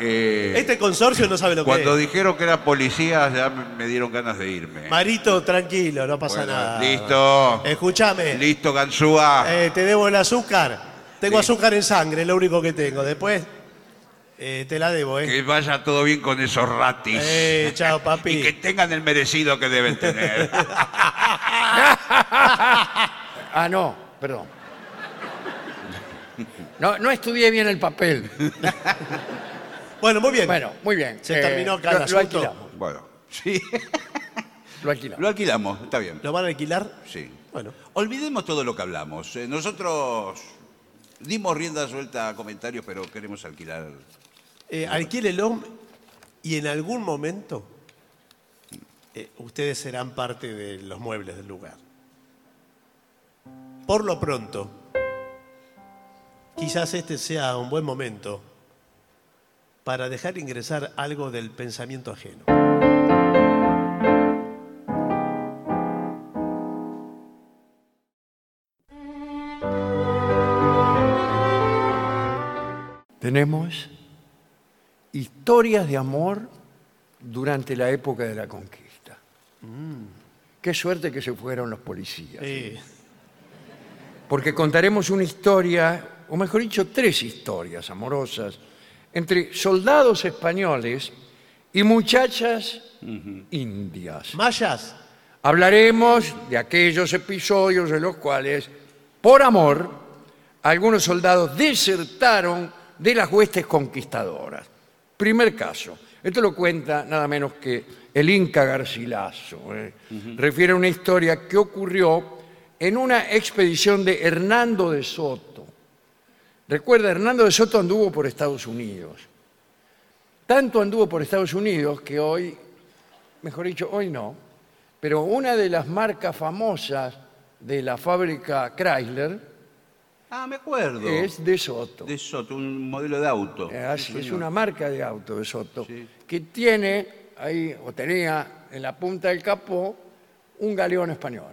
Eh, Este consorcio no sabe lo cuando que dijeron que era policía, ya me me dieron ganas de irme. es. Marito, tranquilo, no pasa Bueno, nada. listo. Escúchame. Listo, Ganzúa. Eh, te debo el azúcar. Tengo Sí. azúcar en sangre, es lo único que tengo. Después eh, te la debo, ¿eh? Que vaya todo bien con esos ratis. Eh, chao, y que papi. tengan el merecido que deben tener. Ah, no, perdón. No, no estudié bien el papel. Bueno, muy bien. Bueno, muy bien. eh, Se terminó lo- acá el Lo asunto. alquilamos. Bueno, sí. Lo alquilamos. Lo alquilamos, está bien. ¿Lo van a alquilar? Sí. Bueno. Olvidemos todo lo que hablamos. Eh, Nosotros dimos rienda suelta a comentarios, pero queremos alquilar. Eh, alquílelo y en algún momento eh, ustedes serán parte de los muebles del lugar. Por lo pronto, quizás este sea un buen momento para dejar ingresar algo del pensamiento ajeno. Tenemos historias de amor durante la época de la conquista. Mm. Qué suerte que se fueron los policías. Eh, porque contaremos una historia, o mejor dicho, tres historias amorosas, entre soldados españoles y muchachas indias. mayas, Hablaremos de aquellos episodios en los cuales, por amor, algunos soldados desertaron de las huestes conquistadoras. Primer caso. Esto lo cuenta nada menos que el Inca Garcilaso. ¿eh? Refiere a una historia que ocurrió en una expedición de Hernando de Soto. Recuerda, Hernando de Soto anduvo por Estados Unidos. Tanto anduvo por Estados Unidos que hoy mejor dicho, hoy no, pero una de las marcas famosas de la fábrica Chrysler Ah, me acuerdo. es de Soto. De Soto, un modelo de auto. Eh, así Sí, es señor. una marca de auto de Soto Sí. que tiene ahí, o tenía en la punta del capó, un galeón español.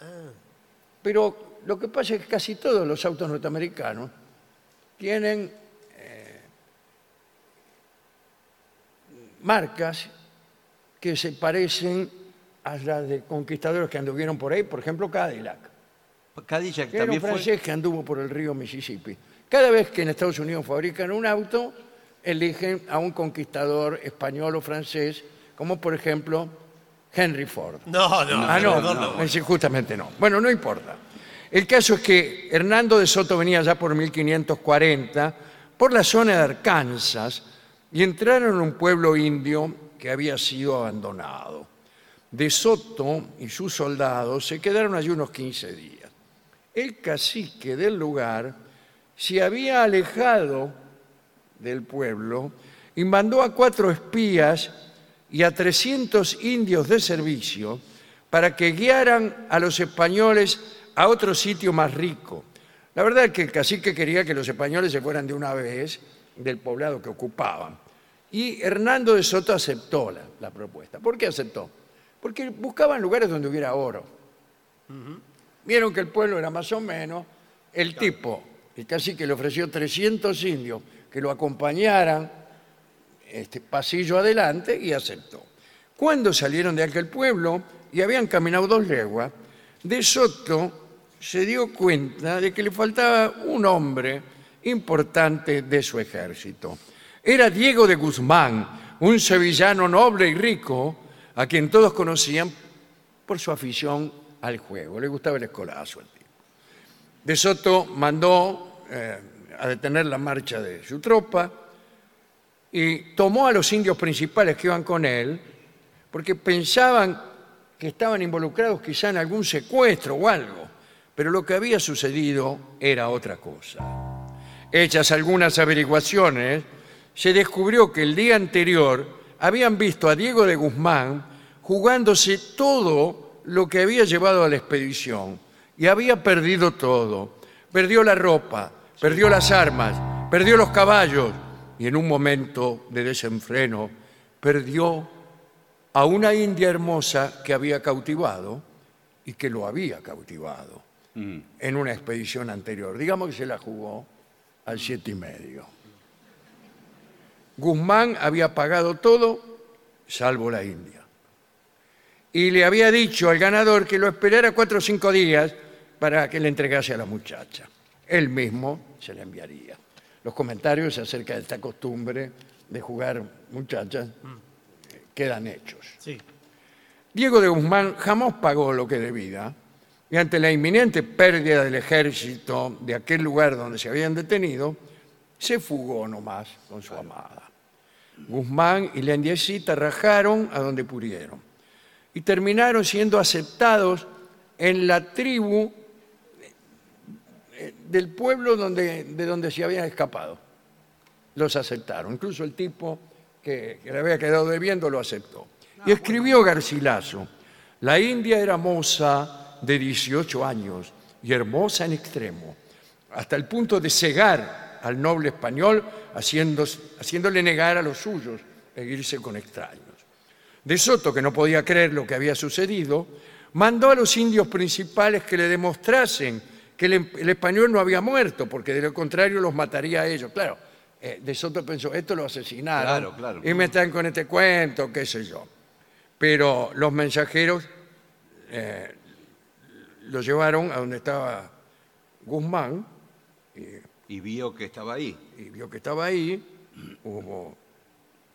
Ah. Pero lo que pasa es que casi todos los autos norteamericanos tienen eh, marcas que se parecen a las de conquistadores que anduvieron por ahí, por ejemplo Cadillac. Cadillac Que era un también francés fue. que anduvo por el río Mississippi. Cada vez que en Estados Unidos fabrican un auto, eligen a un conquistador español o francés, como por ejemplo Henry Ford. No, no, ah, no, no, es decir, justamente no. Bueno, no importa. El caso es que Hernando de Soto venía ya por 1540 por la zona de Arkansas y entraron en un pueblo indio que había sido abandonado. De Soto y sus soldados se quedaron allí unos 15 días. El cacique del lugar se había alejado del pueblo y mandó a cuatro espías y a 300 indios de servicio para que guiaran a los españoles a otro sitio más rico. La verdad es que el cacique quería que los españoles se fueran de una vez del poblado que ocupaban. Y Hernando de Soto aceptó la, la propuesta. ¿Por qué aceptó? Porque buscaban lugares donde hubiera oro. Vieron que el pueblo era más o menos. El tipo, el cacique, le ofreció 300 indios que lo acompañaran este, pasillo adelante y aceptó. Cuando salieron de aquel pueblo y habían caminado dos leguas, De Soto se dio cuenta de que le faltaba un hombre importante de su ejército. Era Diego de Guzmán, un sevillano noble y rico, a quien todos conocían por su afición al juego. Le gustaba el escolazo al tipo. De Soto mandó eh, a detener la marcha de su tropa y tomó a los indios principales que iban con él porque pensaban que estaban involucrados quizá en algún secuestro o algo, pero lo que había sucedido era otra cosa. Hechas algunas averiguaciones, se descubrió que el día anterior habían visto a Diego de Guzmán jugándose todo lo que había llevado a la expedición y había perdido todo. Perdió la ropa, perdió las armas, perdió los caballos y en un momento de desenfreno perdió a una india hermosa que había cautivado y que lo había cautivado en una expedición anterior. Digamos que se la jugó al siete y medio. Guzmán había pagado todo, salvo la India. Y le había dicho al ganador que lo esperara cuatro o cinco días para que le entregase a la muchacha. Él mismo se la enviaría. Los comentarios acerca de esta costumbre de jugar muchachas eh, quedan hechos. Sí. Diego de Guzmán jamás pagó lo que debía y ante la inminente pérdida del ejército de aquel lugar donde se habían detenido, se fugó nomás con su amada. Guzmán y la indiecita rajaron a donde pudieron y terminaron siendo aceptados en la tribu eh, del pueblo donde, de donde se habían escapado. Los aceptaron, incluso el tipo que, que le había quedado debiendo lo aceptó. Y escribió Garcilaso, la India era moza de 18 años y hermosa en extremo, hasta el punto de cegar al noble español haciendo- haciéndole negar a los suyos e irse con extraños. De Soto, que no podía creer lo que había sucedido, mandó a los indios principales que le demostrasen que el, em-, el español no había muerto, porque de lo contrario los mataría a ellos. Claro, eh, De Soto pensó, esto lo asesinaron Claro, claro. y me están con este cuento, qué sé yo. Pero los mensajeros eh, lo llevaron a donde estaba Guzmán, Y vio que estaba ahí. y vio que estaba ahí, hubo-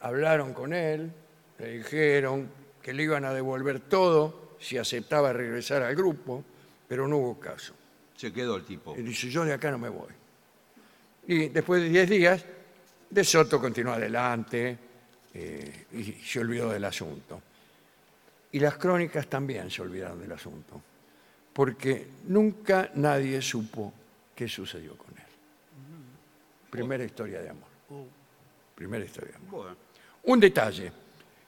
hablaron con él, le dijeron que le iban a devolver todo si aceptaba regresar al grupo, pero no hubo caso. Se quedó el tipo. Y dice, yo de acá no me voy. Y después de 10 días, De Soto continuó adelante eh, y se olvidó del asunto. Y las crónicas también se olvidaron del asunto, porque nunca nadie supo qué sucedió con él. Primera historia de amor. Primera historia de amor. Un detalle.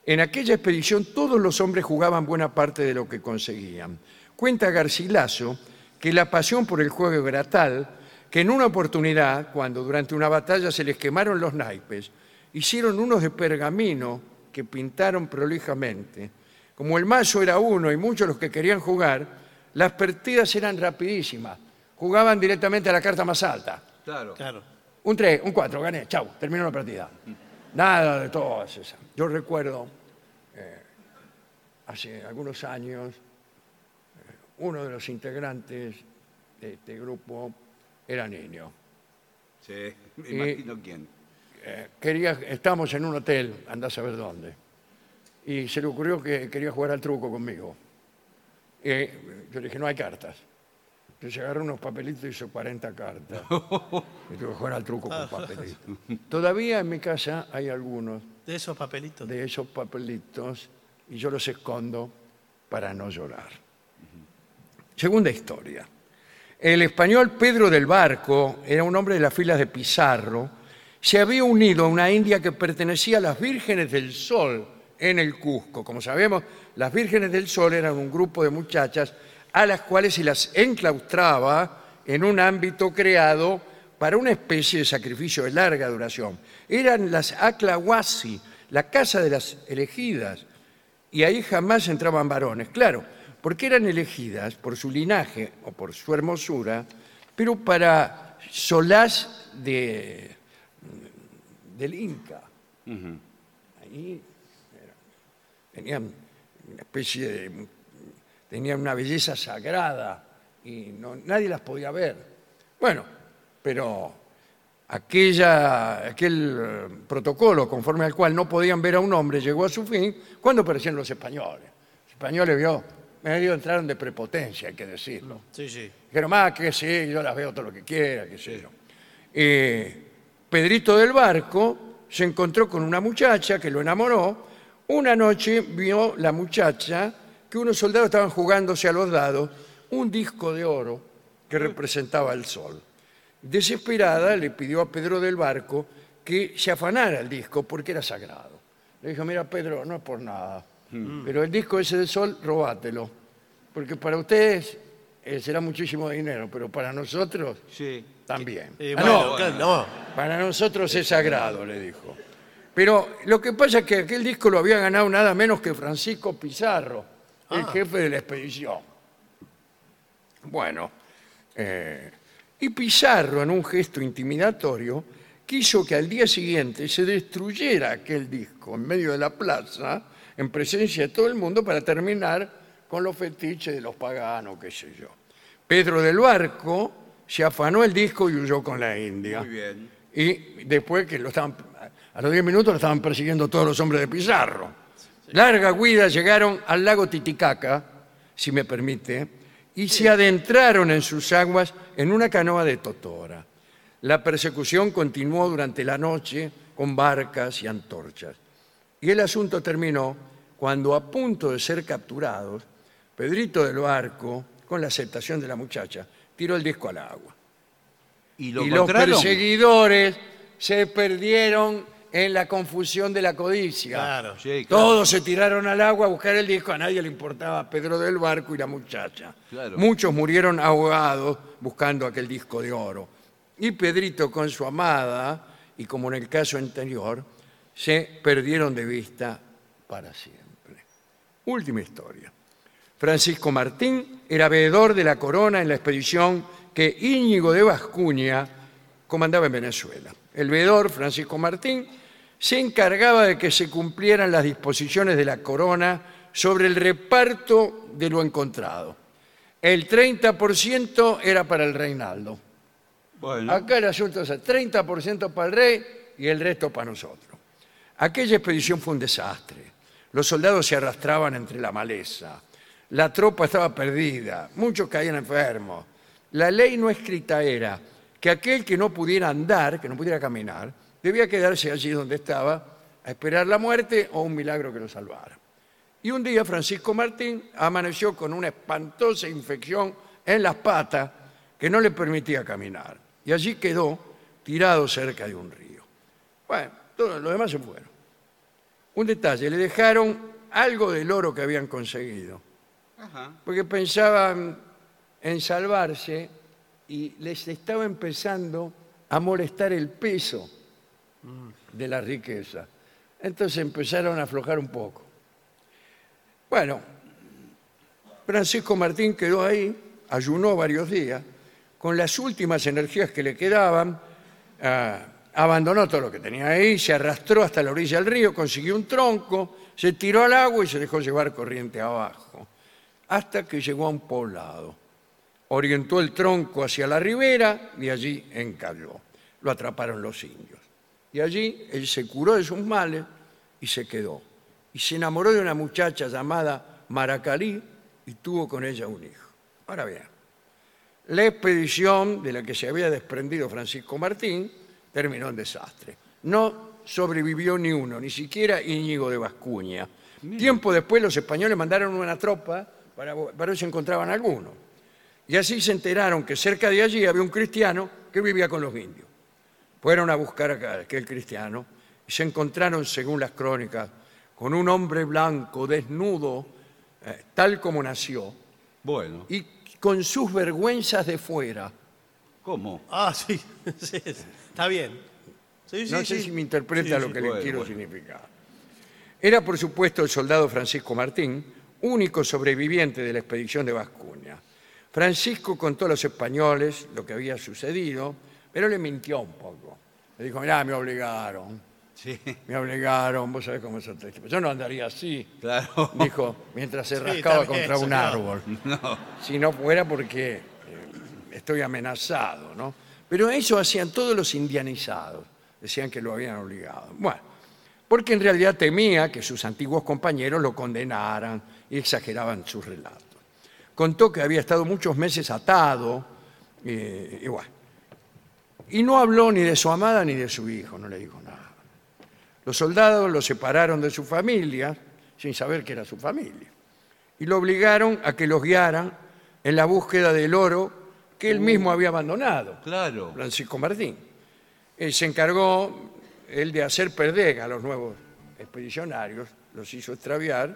En aquella expedición todos los hombres jugaban buena parte de lo que conseguían. Cuenta Garcilaso que la pasión por el juego era tal que en una oportunidad, cuando durante una batalla se les quemaron los naipes, hicieron unos de pergamino que pintaron prolijamente. Como el mazo era uno y muchos los que querían jugar, las partidas eran rapidísimas. Jugaban directamente a la carta más alta. Claro. Claro. Un 3, un 4, gané, chau, terminó la partida. Nada de todo eso. Yo recuerdo eh, hace algunos años, eh, uno de los integrantes de este grupo era niño. Sí, me Y- imagino quién. Eh, quería, estamos en un hotel, andá a saber dónde. Y se le ocurrió que quería jugar al truco conmigo. Eh, yo le dije, no hay cartas. Entonces agarró unos papelitos y hizo 40 cartas. Y tuve que jugar al truco con papelitos. Todavía en mi casa hay algunos De esos papelitos. de esos papelitos y yo los escondo para no llorar. Segunda historia. El español Pedro del Barco era un hombre de las filas de Pizarro. Se había unido a una india que pertenecía a las Vírgenes del Sol en el Cusco. Como sabemos, las Vírgenes del Sol eran un grupo de muchachas a las cuales se las enclaustraba en un ámbito creado para una especie de sacrificio de larga duración. Eran las Aclahuasi, la casa de las elegidas, y ahí jamás entraban varones, claro, porque eran elegidas por su linaje o por su hermosura, pero para solaz de, del Inca. Ahí era- tenían una especie de. tenían una belleza sagrada y no- nadie las podía ver. Bueno, pero aquella, aquel eh, protocolo conforme al cual no podían ver a un hombre llegó a su fin cuando aparecieron los españoles. Los españoles vio, medio entraron de prepotencia, hay que decirlo. Sí, sí. Dijeron, más que sí, yo las veo todo lo que quiera, qué sé yo. Eh, Pedrito del Barco se encontró con una muchacha que lo enamoró. Una noche vio la muchacha que unos soldados estaban jugándose a los dados un disco de oro que representaba el sol. Desesperada le pidió a Pedro del Barco que se afanara el disco porque era sagrado. Le dijo, mira Pedro, no es por nada, pero el disco ese del sol, robátelo, porque para ustedes eh, será muchísimo dinero, pero para nosotros Sí. también. Eh, Ah, bueno, no, claro, no. para nosotros es sagrado, le dijo. Pero lo que pasa es que aquel disco lo había ganado nada menos que Francisco Pizarro, Ah. el jefe de la expedición. Bueno, eh, y Pizarro, en un gesto intimidatorio, quiso que al día siguiente se destruyera aquel disco en medio de la plaza, en presencia de todo el mundo, para terminar con los fetiches de los paganos, qué sé yo. Pedro del Barco se afanó el disco y huyó con la India. Muy bien. Y después que lo estaban, a los 10 minutos lo estaban persiguiendo todos los hombres de Pizarro. Larga huida llegaron al lago Titicaca, si me permite, y se adentraron en sus aguas en una canoa de Totora. La persecución continuó durante la noche con barcas y antorchas. Y el asunto terminó cuando, a punto de ser capturados, Pedrito del Barco, con la aceptación de la muchacha, tiró el disco al agua ¿Y lo y los encontraron? perseguidores se perdieron en la confusión de la codicia. Claro. Sí, claro. Todos se tiraron al agua a buscar el disco, a nadie le importaba Pedro del Barco y la muchacha. Claro. Muchos murieron ahogados buscando aquel disco de oro. Y Pedrito con su amada, y como en el caso anterior, se perdieron de vista para siempre. Última historia. Francisco Martín era veedor de la corona en la expedición que Íñigo de Bascuña comandaba en Venezuela. El veedor, Francisco Martín, se encargaba de que se cumplieran las disposiciones de la corona sobre el reparto de lo encontrado. El 30% era para el reinaldo. Bueno, Acá el asunto es el 30% para el rey y el resto para nosotros. Aquella expedición fue un desastre. Los soldados se arrastraban entre la maleza. La tropa estaba perdida. Muchos caían enfermos. La ley no escrita era que aquel que no pudiera andar, que no pudiera caminar, debía quedarse allí donde estaba a esperar la muerte o un milagro que lo salvara. Y un día Francisco Martín amaneció con una espantosa infección en las patas que no le permitía caminar. Y allí quedó tirado cerca de un río. Bueno, todos los demás se fueron. Un detalle, le dejaron algo del oro que habían conseguido. Porque pensaban en salvarse y les estaba empezando a molestar el peso de la riqueza. Entonces empezaron a aflojar un poco. Bueno, Francisco Martín quedó ahí, ayunó varios días, con las últimas energías que le quedaban, ah, abandonó todo lo que tenía ahí, se arrastró hasta la orilla del río, consiguió un tronco, se tiró al agua y se dejó llevar corriente abajo, hasta que llegó a un poblado. Orientó el tronco hacia la ribera y allí encalló. Lo atraparon los indios. Y allí él se curó de sus males y se quedó. Y se enamoró de una muchacha llamada Maracalí y tuvo con ella un hijo. Ahora bien, la expedición de la que se había desprendido Francisco Martín terminó en desastre. No sobrevivió ni uno, ni siquiera Íñigo de Bascuña. Tiempo después los españoles mandaron una tropa para vo- para ver si encontraban alguno. Y así se enteraron que cerca de allí había un cristiano que vivía con los indios. Fueron a buscar a aquel cristiano y se encontraron, según las crónicas, con un hombre blanco, desnudo, eh, tal como nació, bueno. y con sus vergüenzas de fuera. ¿Cómo? Ah, sí, sí, sí. Está bien. Sí, No sí, sé sí. si me interpreta Sí, lo sí. que le bueno, quiero bueno. significar. Era, por supuesto, el soldado Francisco Martín, único sobreviviente de la expedición de Vascuña. Francisco contó a los españoles lo que había sucedido, pero le mintió un poco. Le dijo, mirá, me obligaron, Sí, me obligaron, vos sabés cómo es este tipo. Yo no andaría así, claro. dijo, mientras se Sí, rascaba está bien, contra un señor. árbol. Si no fuera porque eh, estoy amenazado, ¿no? Pero eso hacían todos los indianizados, decían que lo habían obligado. Bueno, porque en realidad temía que sus antiguos compañeros lo condenaran y exageraban sus relatos. Contó que había estado muchos meses atado, eh, y bueno. Y no habló ni de su amada ni de su hijo, no le dijo nada. Los soldados lo separaron de su familia, sin saber que era su familia, y lo obligaron a que los guiaran en la búsqueda del oro que él mismo había abandonado, Claro. Francisco Martín. Eh, se encargó él de hacer perder a los nuevos expedicionarios, los hizo extraviar.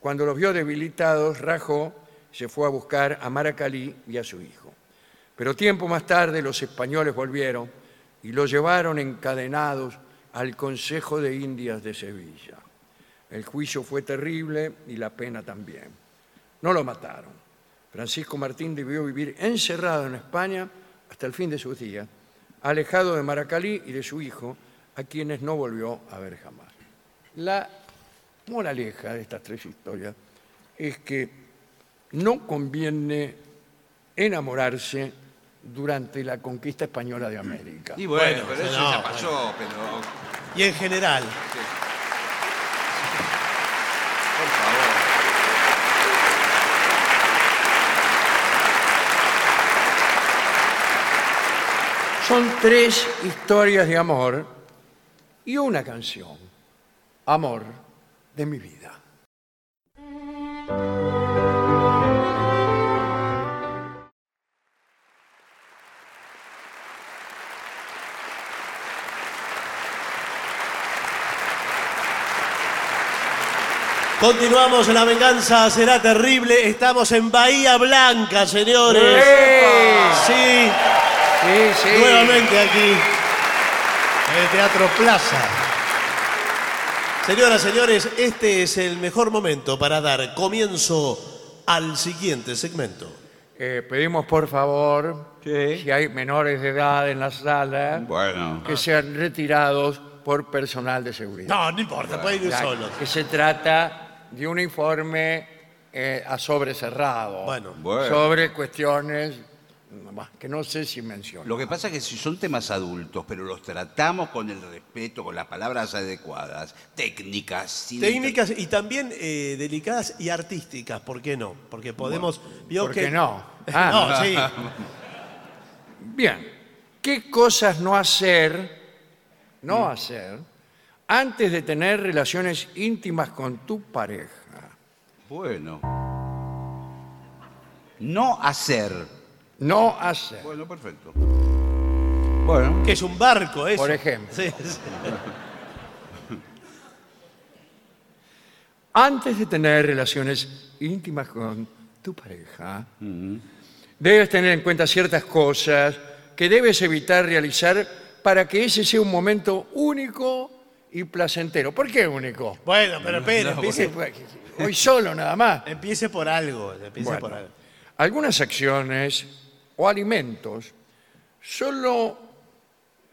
Cuando los vio debilitados, rajó, se fue a buscar a Maracalí y a su hijo. Pero tiempo más tarde los españoles volvieron y lo llevaron encadenados al Consejo de Indias de Sevilla. El juicio fue terrible y la pena también. No lo mataron. Francisco Martín debió vivir encerrado en España hasta el fin de sus días, alejado de Maracalí y de su hijo, a quienes no volvió a ver jamás. La moraleja de estas tres historias es que no conviene enamorarse durante la conquista española de América. Y bueno, Pero eso No, ya pasó, pero Y en general. por favor. Son tres historias de amor y una canción. Amor de mi vida. Continuamos, la venganza será terrible. Estamos en Bahía Blanca, señores. Sí, Sí, sí. nuevamente aquí. En el Teatro Plaza. Señoras, señores, este es el mejor momento para dar comienzo al siguiente segmento. Eh, pedimos por favor, Sí. si hay menores de edad en la sala, Bueno. que sean retirados por personal de seguridad. No, no importa, puede ir Ya solo. Que se trata de un informe eh, a sobre cerrado. Bueno. Bueno. Sobre cuestiones mm, bah, que no sé si menciono. Lo que pasa es que si son temas adultos, pero los tratamos con el respeto, con las palabras adecuadas, técnicas, sin Técnicas y también eh, delicadas y artísticas, ¿por qué no? Porque podemos... vio ¿Por que- qué no? Ah, no, sí. Bien. ¿Qué cosas no hacer, no Mm. hacer, antes de tener relaciones íntimas con tu pareja? Bueno. No hacer. No hacer. Bueno, perfecto. Bueno. Que es un barco eso. Por ejemplo. Sí, sí. antes de tener relaciones íntimas con tu pareja, debes tener en cuenta ciertas cosas que debes evitar realizar para que ese sea un momento único y placentero. ¿Por qué único? pues, Bueno, pero espere, empiece, Hoy solo nada más. empiece por algo. Empiece Bueno, por algo. algunas acciones o alimentos solo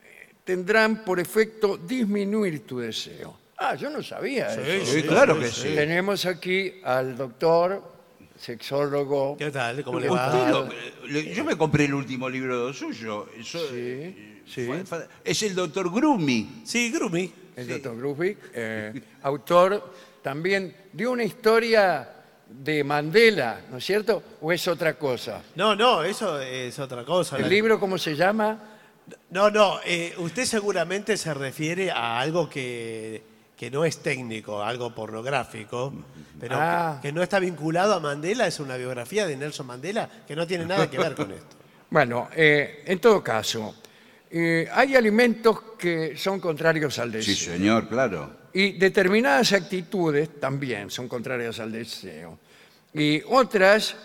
eh, tendrán por efecto disminuir tu deseo. Ah, yo no sabía eso. Sí, claro que sí. Tenemos aquí al doctor, sexólogo. ¿Qué tal? ¿Cómo le Usted va? lo- le- yo me compré el último libro suyo. Eso- eh, Sí, sí. fue- fue- es el doctor Grumi. Sí, Grumi. el doctor Gruffy, eh, autor también de una historia de Mandela, ¿no es cierto? ¿O es otra cosa? No, no, eso es otra cosa. ¿El La- libro cómo se llama? No, no, eh, usted seguramente se refiere a algo que, que no es técnico, algo pornográfico, pero Ah. que no está vinculado a Mandela, es una biografía de Nelson Mandela que no tiene nada que ver con esto. Bueno, eh, en todo caso, eh, hay alimentos que son contrarios al deseo. Sí, señor, claro. Y determinadas actitudes también son contrarias al deseo. Y otras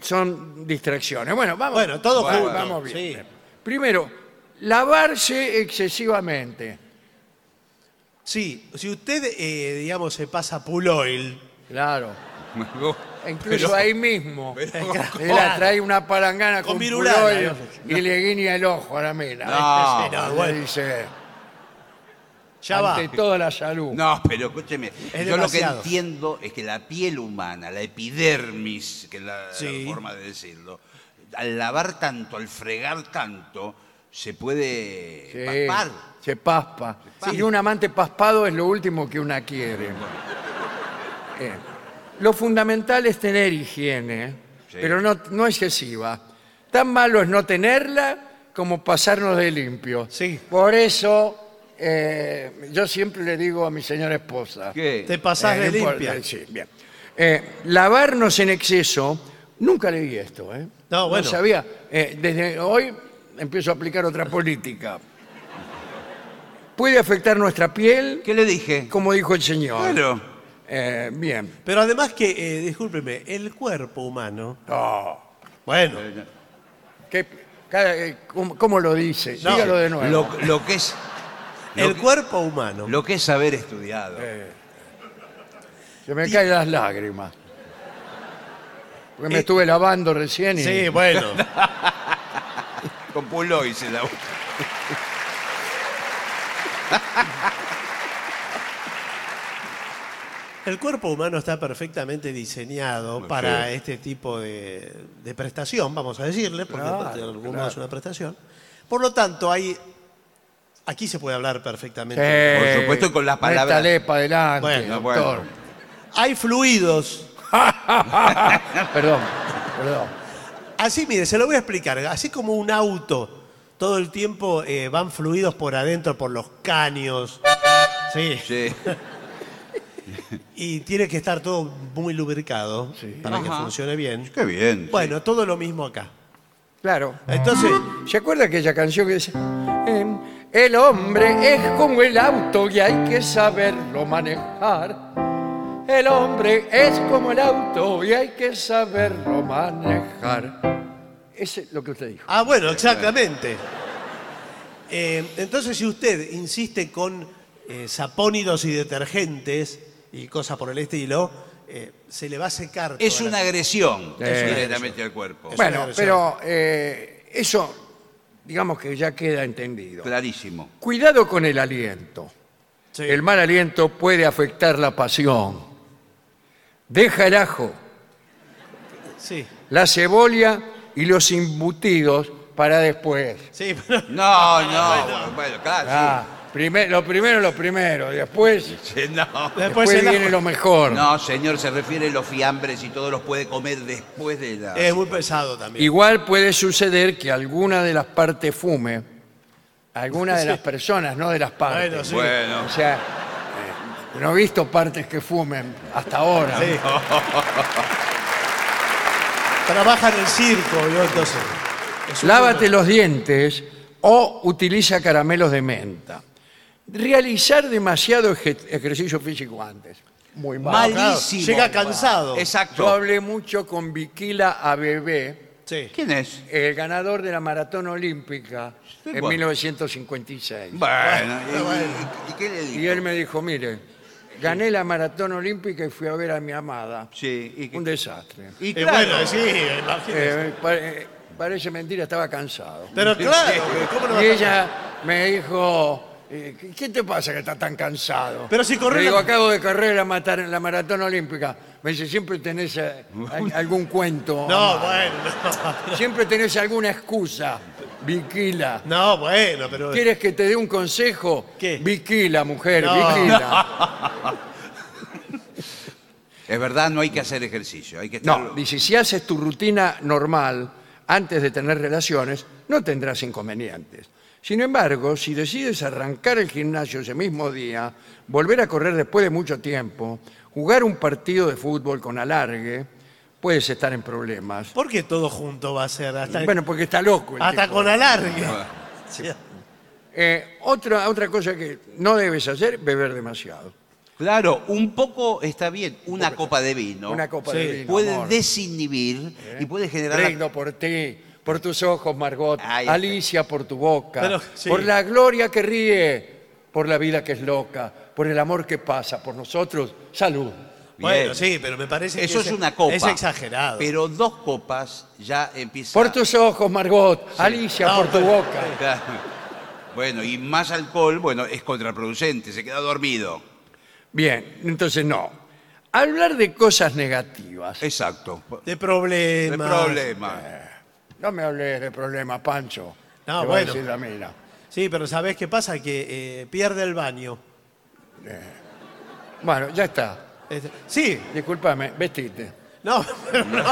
son distracciones. Bueno, vamos, Bueno, todo vamos, junto, vamos bien. sí. Primero, lavarse excesivamente. Sí, si usted, eh, digamos, se pasa pool oil, Claro. E Incluso Pero- ahí mismo. pero- Él la trae una palangana Con con, virulana, puroil ¿no? y le guiña el ojo a la mela. No, Este sí, no, bueno. le dice, ya va. ante toda la salud. No, pero escúcheme. yo demasiado. lo que entiendo es que la piel humana, la epidermis, que es la Sí. forma de decirlo, al lavar tanto, al fregar tanto, se puede Sí, papar. Se paspa. Y un amante paspado es lo último que una quiere. Eh, lo fundamental es tener higiene, ¿eh? pero no, no excesiva. Tan malo es no tenerla como pasarnos de limpio. Sí. Por eso eh, yo siempre le digo a mi señora esposa. ¿Qué? Te pasás Eh, de no importa, limpia. sí, bien. Eh, lavarnos en exceso, nunca leí esto, ¿eh? No, bueno. sabía. Eh, desde hoy empiezo a aplicar otra política. Puede afectar nuestra piel, ¿Qué le dije? como dijo el señor. Claro. Eh, bien. Pero además que, eh, discúlpeme, el cuerpo humano... Oh, Bueno, qué- cada- eh, ¿cómo, cómo lo dice? No. Dígalo de nuevo. Lo, lo que es, el cuerpo humano... lo que es haber estudiado. Se me caen las lágrimas. Porque me estuve lavando recién y... Eh, Sí, bueno. Con Pulo y se lavó. El cuerpo humano está perfectamente diseñado para este tipo de, de prestación, vamos a decirle, porque Claro, de alguna claro. es una prestación. Por lo tanto, hay. Aquí se puede hablar perfectamente. Eh, Por supuesto, con las palabras- métale pa' adelante, Bueno, doctor. bueno. Hay fluidos. Perdón, perdón. Así, mire, se lo voy a explicar. Así como un auto, todo el tiempo eh, van fluidos por adentro, por los caños. Sí. Sí. Y tiene que estar todo muy lubricado para que funcione bien. Qué bien. Bueno, todo lo mismo acá. Claro. Entonces. ¿Se acuerda aquella canción que dice? em, El hombre es como el auto y hay que saberlo manejar. El hombre es como el auto y hay que saberlo manejar. Ese es lo que usted dijo. Ah, bueno, exactamente. Eh, entonces, si usted insiste con eh, sapónidos y detergentes y cosas por el estilo, eh, se le va a secar. Es toda una la- agresión. Directamente al cuerpo. Es una Bueno, agresión. pero eh, eso, digamos que ya queda entendido. Clarísimo. Cuidado con el aliento. Sí. El mal aliento puede afectar la pasión. Deja el ajo, Sí, la cebolla y los embutidos para después. sí, pero- No, no. Bueno, claro. Ah, primer- lo primero, lo primero. Después, sí. No. después después el ajo- viene lo mejor. No, señor, se refiere a los fiambres y todos los puede comer después de la. Es muy pesado también. Igual puede suceder que alguna de las partes fume, alguna de las personas, no de las partes. Bueno, sí. Bueno. O sea, eh, no he visto partes que fumen hasta ahora. Sí. Trabaja en el circo, ¿vio? Entonces. es un Lávate problema. los dientes o utiliza caramelos de menta. Realizar demasiado eje- ejercicio físico antes. Muy mal. Mal. Claro, Malísimo. Llega cansado. Exacto. Yo hablé mucho con Viquila Abebé, Sí. ¿Quién es? el ganador de la maratón olímpica en bueno. 1956. Bueno, y- bueno. ¿y, qué le dijo? Y él me dijo, mire, gané la maratón olímpica y fui a ver a mi amada. Sí, y, Un desastre. y Eh, claro, bueno, sí, imagínese. Eh, pa- eh, parece mentira, estaba cansado. Pero claro, ¿cómo no va a Y ella me dijo, eh, ¿qué- ¿qué te pasa que estás tan cansado? Pero si corrió Le digo, la- acabo de correr la, matar- la maratón olímpica. Me dice, siempre tenés eh, al- algún cuento. No, amada. bueno, no. Siempre tenés alguna excusa. Viquila. No, bueno, pero. ¿Quieres que te dé un consejo? ¿Qué? Viquila, mujer, No. viquila. Es verdad, no hay que hacer ejercicio, hay que estar. No, dice, si haces tu rutina normal antes de tener relaciones, no tendrás inconvenientes. Sin embargo, si decides arrancar el gimnasio ese mismo día, volver a correr después de mucho tiempo, jugar un partido de fútbol con alargue, puedes estar en problemas. ¿Por qué todo junto va a ser? Hasta, Bueno, porque está loco. el hasta tipo. pues, con alargue. Sí. Eh, otra, otra cosa que no debes hacer, beber demasiado. Claro, un poco está bien, una copa de vino. Una copa de Sí, vino. puede amor. desinhibir y puede generar. la- Brindo por ti, por tus ojos, Margot. Ahí está. Alicia, por tu boca. Pero, sí. Por la gloria que ríe, por la vida que es loca, por el amor que pasa, por nosotros. Salud. Bueno, sí, pero me parece que Eso es ese- una copa. Es exagerado. Pero dos copas ya empieza. Por tus ojos, Margot. Alicia, No, por tu pero- boca. Claro. Bueno, y más alcohol, bueno, es contraproducente, se queda dormido. Bien, entonces no. Hablar de cosas negativas. Exacto. De No hay problemas. problema. No me hables de problemas, Pancho. No, te va a bueno. decir la mina. Sí, pero ¿sabés qué pasa? Que eh, pierde el baño. Bueno, ya está. Este- Sí, Discúlpame, vestite. no, pero no.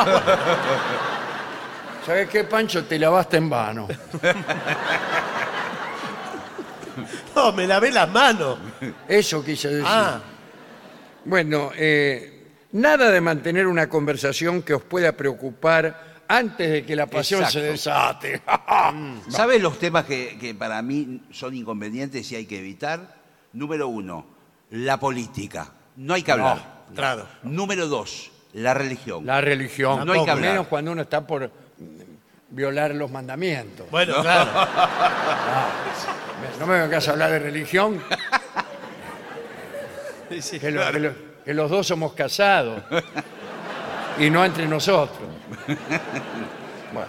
¿Sabes qué, Pancho? Te lavaste en vano. No, me lavé las manos. Eso quise decir. Ah, Bueno, eh, nada de mantener una conversación que os pueda preocupar antes de que la pasión se desate. ¿Sabe los temas que, que para mí son inconvenientes y hay que evitar? Número uno, la política. No hay que hablar. claro. Número dos, la religión. la religión. No hay que hablar. menos cuando uno está por mm, violar los mandamientos. Bueno, claro. No me vengas a hablar de religión, Sí, sí. que, lo- que lo- que los dos somos casados y no entre nosotros. Bueno.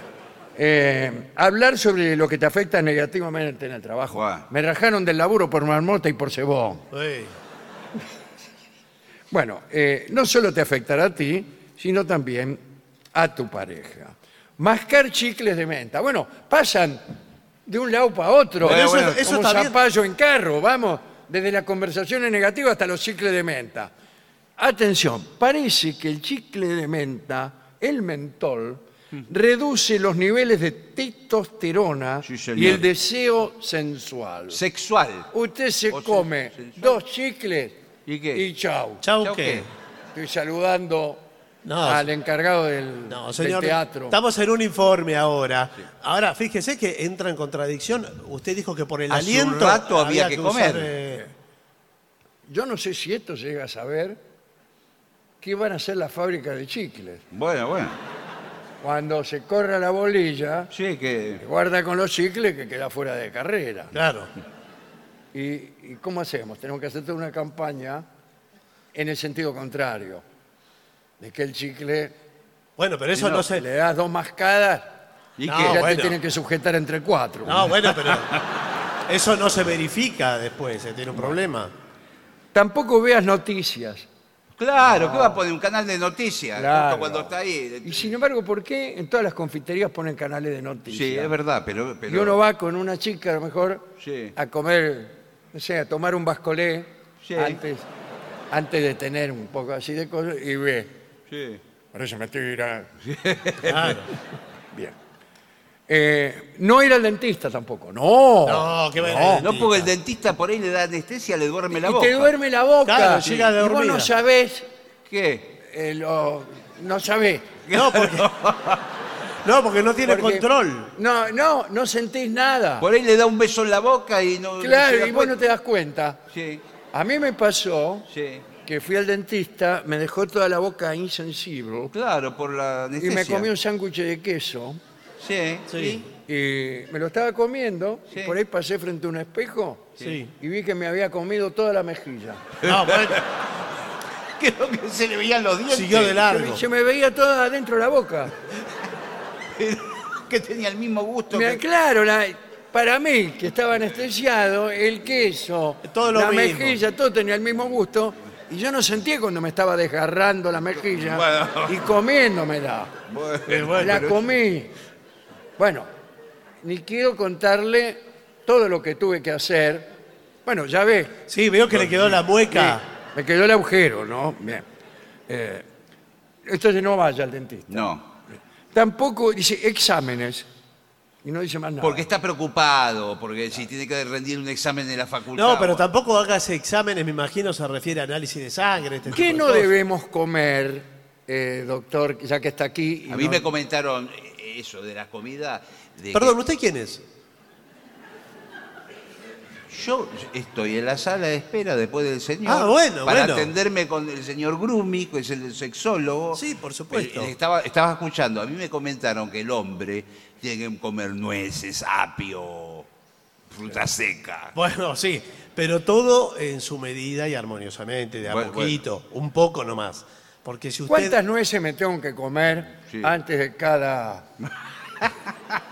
Eh, hablar sobre lo que te afecta negativamente en el trabajo. Buah. Me rajaron del laburo por marmota y por cebón. Uy. Bueno, eh, no solo te afectará a ti, sino también a tu pareja. Mascar chicles de menta. Bueno, pasan de un lado para otro. ¿eh? Pero eso- Como eso está bien. zapallo en carro, vamos. Desde las conversaciones negativas hasta los chicles de menta. Atención, parece que el chicle de menta, el mentol, Mm. reduce los niveles de testosterona Sí, y señor. el deseo sensual. Sexual. Usted se O sen- come sensual. dos chicles ¿Y qué? y chau. Chau, ¿Chau ¿qué? qué? Estoy saludando No, al se- encargado del, No, del señor. teatro. Estamos en un informe ahora. Ahora, fíjese que entra en contradicción. Usted dijo que por el Hace un aliento. rato había que comer. eh, Yo no sé si esto llega a saber ¿Qué van a hacer las fábricas de chicles? Bueno, bueno. Cuando se corra la bolilla, Sí, se que. guarda con los chicles que queda fuera de carrera. Claro. ¿Y, y cómo hacemos? Tenemos que hacer toda una campaña en el sentido contrario. De que el chicle, Bueno, pero eso No, no, se... le das dos mascadas ¿Y No. y ya qué? te bueno. tienen que sujetar entre cuatro. No, bueno, pero eso no se verifica después, se tiene un problema. Tampoco veas noticias. Claro, ¿qué va a poner? Un canal de noticias, Claro. justo cuando está ahí. Y sin embargo, ¿por qué en todas las confiterías ponen canales de noticias? Sí, es verdad, pero. pero Y uno va con una chica, a lo mejor, Sí. a comer, no sé, a tomar un bascolé Sí. antes, antes de tener un poco así de cosas y ve. Sí. Parece mentira. Claro. Bien. Eh, no ir al dentista tampoco. No. No, qué bueno. No. No, porque el dentista por ahí le da anestesia, le duerme la Y boca. te duerme la boca. Claro, llega y vos dormida. no sabés, ¿Qué? eh, lo- no sabés. No, porque, no, porque no tiene Porque- control. No, no, no sentís nada. Por ahí le da un beso en la boca y no. no se Claro, da y vos no cuenta. te das cuenta. Sí, A mí me pasó sí. que fui al dentista, me dejó toda la boca insensible Claro, por la y anestesia. me comí un sándwich de queso Sí, Sí. sí. y me lo estaba comiendo Sí. y por ahí pasé frente a un espejo Sí. y vi que me había comido toda la mejilla. No, bueno, Creo que se le veían los dientes. siguió de largo. Se me veía toda adentro de la boca. Que tenía el mismo gusto. Me- que- claro, la- para mí, que estaba anestesiado, el queso, Todo lo la mismo. mejilla, todo tenía el mismo gusto. Y yo no sentía cuando me estaba desgarrando la mejilla Bueno. y comiéndomela. Eh, bueno, la pero- comí. Bueno, ni quiero contarle todo lo que tuve que hacer. Bueno, ya ves, Sí, veo que le quedó la mueca. me quedó el agujero, ¿no? Bien. Eh, entonces no vaya al dentista. No. Tampoco dice exámenes. Y no dice más nada. Porque está preocupado, porque si tiene que rendir un examen en la facultad. No, pero bueno. tampoco hagas exámenes, me imagino se refiere a análisis de sangre. este ¿Qué tipo de no cosas. debemos comer, eh, doctor, ya que está aquí? y A mí no- me comentaron eso de la comida. de Perdón, ¿usted quién es? que yo estoy en la sala de espera después del señor. Ah, bueno, Para bueno. atenderme con el señor Grumi, que es el sexólogo. Sí, por supuesto. Eh, Estaba, estaba escuchando. A mí me comentaron que el hombre tiene que comer nueces, apio, fruta seca. Bueno, sí, pero todo en su medida y armoniosamente, de a Bueno, poquito, un poco nomás. Porque si usted... ¿Cuántas nueces me tengo que comer Sí. antes de cada,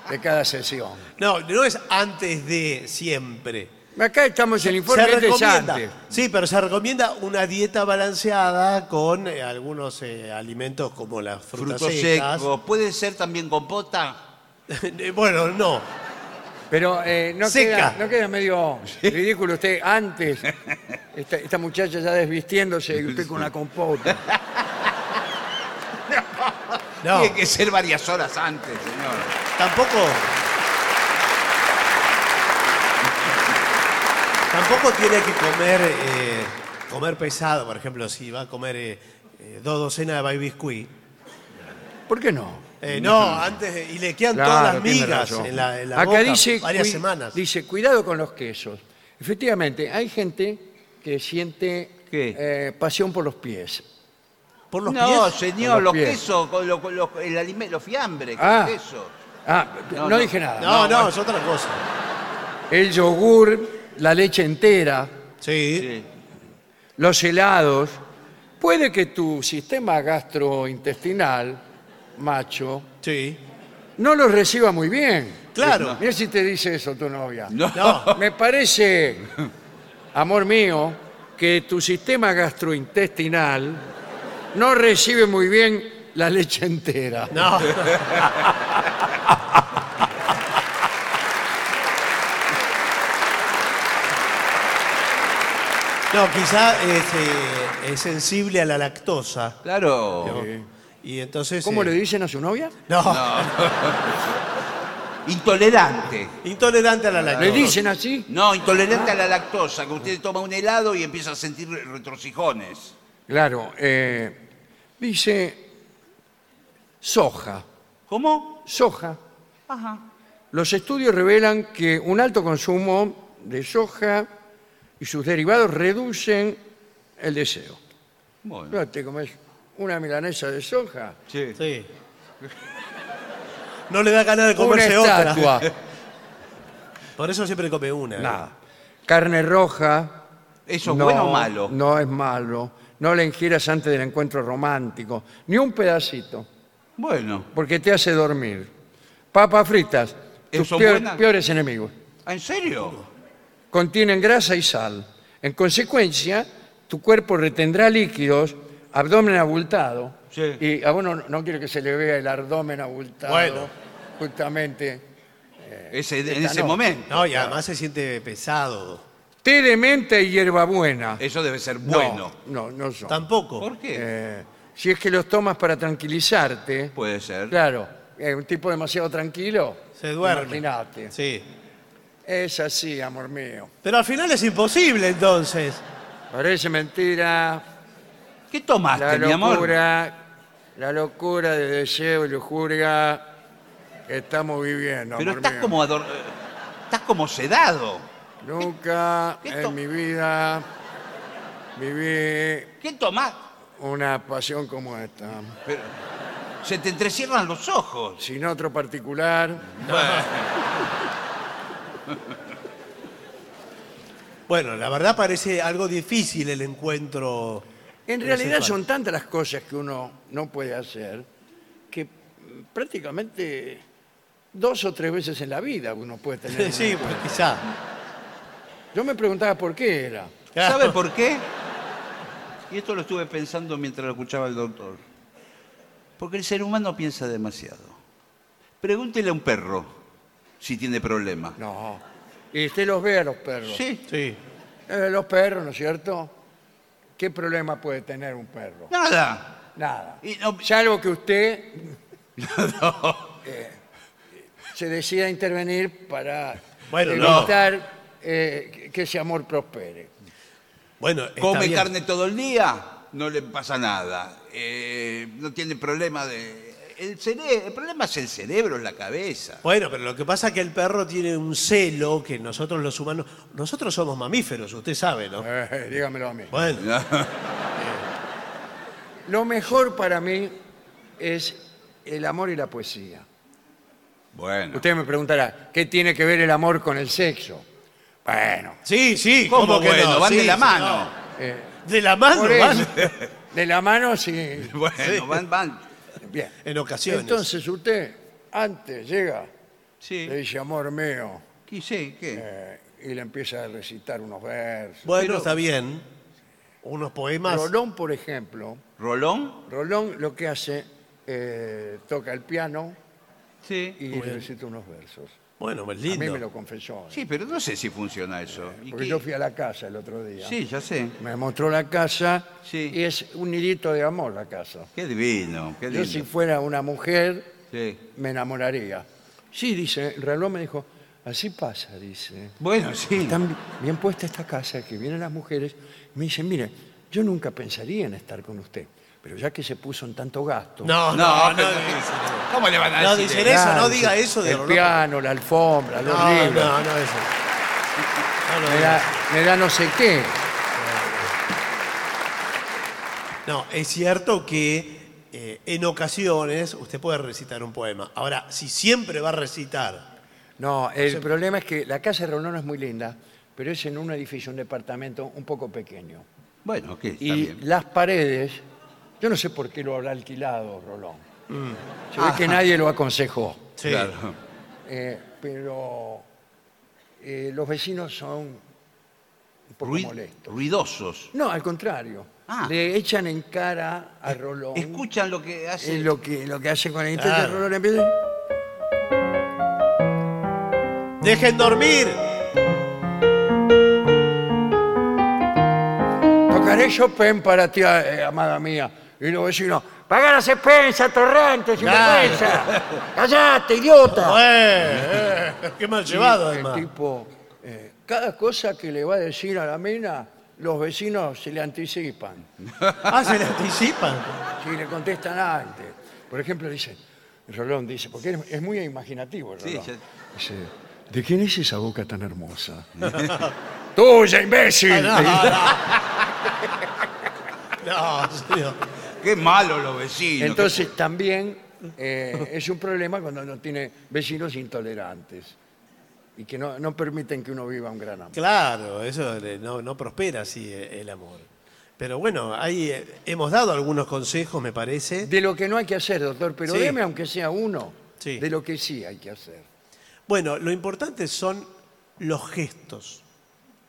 de cada sesión? No, no es antes de siempre. Acá estamos en el informe de antes. Sí, pero se recomienda una dieta balanceada con eh, algunos eh, alimentos como las frutas Frutos secas. secos. ¿Puede ser también compota? Eh, bueno, no. Pero eh, no, Seca. queda, no queda medio ridículo usted antes, esta, esta muchacha ya desvistiéndose y usted con la compota. No, Tiene que ser varias horas antes, señor. tampoco. Tampoco tiene que comer eh, comer pesado, por ejemplo, si va a comer eh, eh, dos docenas de baby biscuit. ¿Por qué no? Eh, no, antes eh, y le quedan todas Claro, las tiene migas razón. en la, en la Acá boca dice, varias cui- semanas. Dice, cuidado con los quesos. Efectivamente, hay gente que siente ¿Qué? eh, pasión por los pies. Por los no, pies. señor, Con los los, pies. quesos, con lo- con los, el alime- los fiambres, con Ah. los quesos. Ah, no, No, no. dije nada. No, no, es otra cosa. El yogur, la leche entera, Sí. los helados. Puede que tu sistema gastrointestinal, macho, Sí. no los reciba muy bien. Claro. Mira si te dice eso tu novia. No. Me parece, amor mío, que tu sistema gastrointestinal no recibe muy bien la leche entera. No. No, quizá este, es sensible a la lactosa. Claro. Y entonces. Eh, ¿Cómo eh, le dicen a su novia? No, Intolerante. intolerante a la lactosa. ¿Le dicen así? No, intolerante a la lactosa, que usted toma un helado y empieza a sentir retrocijones. Claro. eh, dice soja. ¿Cómo? Soja. Los estudios revelan que un alto consumo de soja y sus derivados reducen el deseo. Bueno. No, te comes una milanesa de soja, Sí. Sí. No le da ganas de una comerse estatua, otra. Por eso siempre come una. nada. Carne roja. ¿Eso es bueno o malo? No es malo. No le ingieras antes del encuentro romántico. Ni un pedacito, Bueno, porque te hace dormir. Papas fritas, tus ¿Eh, ¿Son peor- buenas? peores enemigos. ¿Ah, ¿en serio? contienen grasa y sal. En consecuencia, tu cuerpo retendrá líquidos, abdomen abultado. Sí. Y a uno no quiere que se le vea el abdomen abultado. Bueno. Justamente. Ese- en Eh, esta ese no. momento. No, y además se siente pesado. Té de menta y hierbabuena. Eso debe ser No, bueno. No, no, son. Tampoco. ¿Por qué? Eh, si es que los tomas para tranquilizarte. Puede ser. Claro. eh, un tipo demasiado tranquilo. Se duerme. Imagínate. Sí. Es así, amor mío. Pero al final es imposible entonces. Parece mentira, ¿Qué tomaste, La mi amor? locura, la locura de deseo y lujuria que estamos viviendo. Pero amor estás mío. como ador- eh, estás como sedado. Nunca ¿Qué to- en mi vida viví ¿Qué tomaste? una pasión como esta. Pero- se te entrecierran los ojos. Sin otro particular, Bueno, la verdad parece algo difícil el encuentro. En realidad sexual. son tantas las cosas que uno no puede hacer que mm, prácticamente dos o tres veces en la vida uno puede tener. un Sí, pues, encuentro. quizá. Yo me preguntaba por qué era. ¿Sabe por qué? Y esto lo estuve pensando mientras lo escuchaba el doctor. Porque el ser humano piensa demasiado. Pregúntele a un perro si tiene problemas. No. Y usted los ve a los perros. Sí. Sí. Eh, los perros, ¿no es cierto? ¿Qué problema puede tener un perro? Nada. Nada. Y no- Salvo que usted eh, se decida intervenir para Bueno, no. evitar eh, que- que ese amor prospere. Bueno, está Come bien. carne todo el día, no le pasa nada. Eh, no tiene problema de. El, cere- el problema es el cerebro, es la cabeza. Bueno, pero lo que pasa es que el perro tiene un celo que nosotros los humanos. Nosotros somos mamíferos, usted sabe, ¿no? Eh, dígamelo a mí. Bueno, Lo mejor para mí es el amor y la poesía. Bueno. Usted me preguntará, ¿qué tiene que ver el amor con el sexo? Bueno, sí, sí, ¿Cómo, ¿cómo, que bueno? no? Van Sí, de la sí, mano. eh, no. De la mano, por eso, van. de la mano sí. Bueno, van, van. Bien. En ocasiones. Entonces usted antes llega, Sí. le dice amor mío ¿Qué, sí, qué? eh, y le empieza a recitar unos versos. bueno, está bien. Unos poemas. Rolón, por ejemplo, ¿Rolón? Rolón lo que hace, eh, toca el piano Sí. y le recita unos versos. Bueno, es A mí me lindo. lo confesó, eh, Sí, pero no sé si funciona eso. ¿Y porque qué? yo fui a la casa el otro día. Sí, ya sé. Me mostró la casa Sí. y es un nidito de amor la casa. Qué divino, qué Yo si lindo. fuera una mujer Sí. me enamoraría. Sí, dice, el reloj me dijo, así pasa, dice. Bueno, sí. Tan bien puesta esta casa que vienen las mujeres y me dicen, mire, yo nunca pensaría en estar con usted, pero ya que se puso en tanto gasto. No, no, No, no. pero- dice- ¿Cómo le van a No, decir? dicen eso? eso, no Claro, diga eso de El Rolón. piano, la alfombra, los No, libros. no, no, eso. No, lo Me, diga. da, me da no sé qué. No, es cierto que eh, en ocasiones usted puede recitar un poema. Ahora, si siempre va a recitar, No, el problema es que la casa de Rolón es muy linda, pero es en un edificio, un departamento un poco pequeño. Bueno, ok, está Y bien. las paredes, yo no sé por qué lo habrá alquilado Rolón. Mm. Se ve Ah. que nadie lo aconsejó. sí, Claro. Eh, pero eh, los vecinos son un poco Ruid- molestos. ruidosos. No, al contrario. Ah. Le echan en cara a Rolón Escuchan lo que eh, hace. lo, que, lo que hace con el intento. Claro. Rolón empieza. dejen dormir. Tocaré Chopin para ti, eh, amada mía. Y los vecinos. Paga las expensas, torrente, sin Claro. vergüenza. Callate, idiota. Eh, eh, qué mal llevado, el además. tipo, eh, cada cosa que le va a decir a la mina, los vecinos se le anticipan. Ah, se le anticipan. Si le contestan antes. Por ejemplo, dice, Rolón dice, porque es- es muy imaginativo Rolón. ya- Dice, ¿de quién es esa boca tan hermosa? Ah, ¡Tuya, imbécil! No, no. No, señor. qué malo los vecinos. Entonces también eh, es un problema cuando uno tiene vecinos intolerantes y que no, no permiten que uno viva un gran amor. Claro, eso eh, no, no prospera así eh, el amor. Pero bueno, ahí eh, hemos dado algunos consejos, me parece. De lo que no hay que hacer, doctor, pero Sí. deme aunque sea uno Sí. de lo que sí hay que hacer. Bueno, lo importante son los gestos.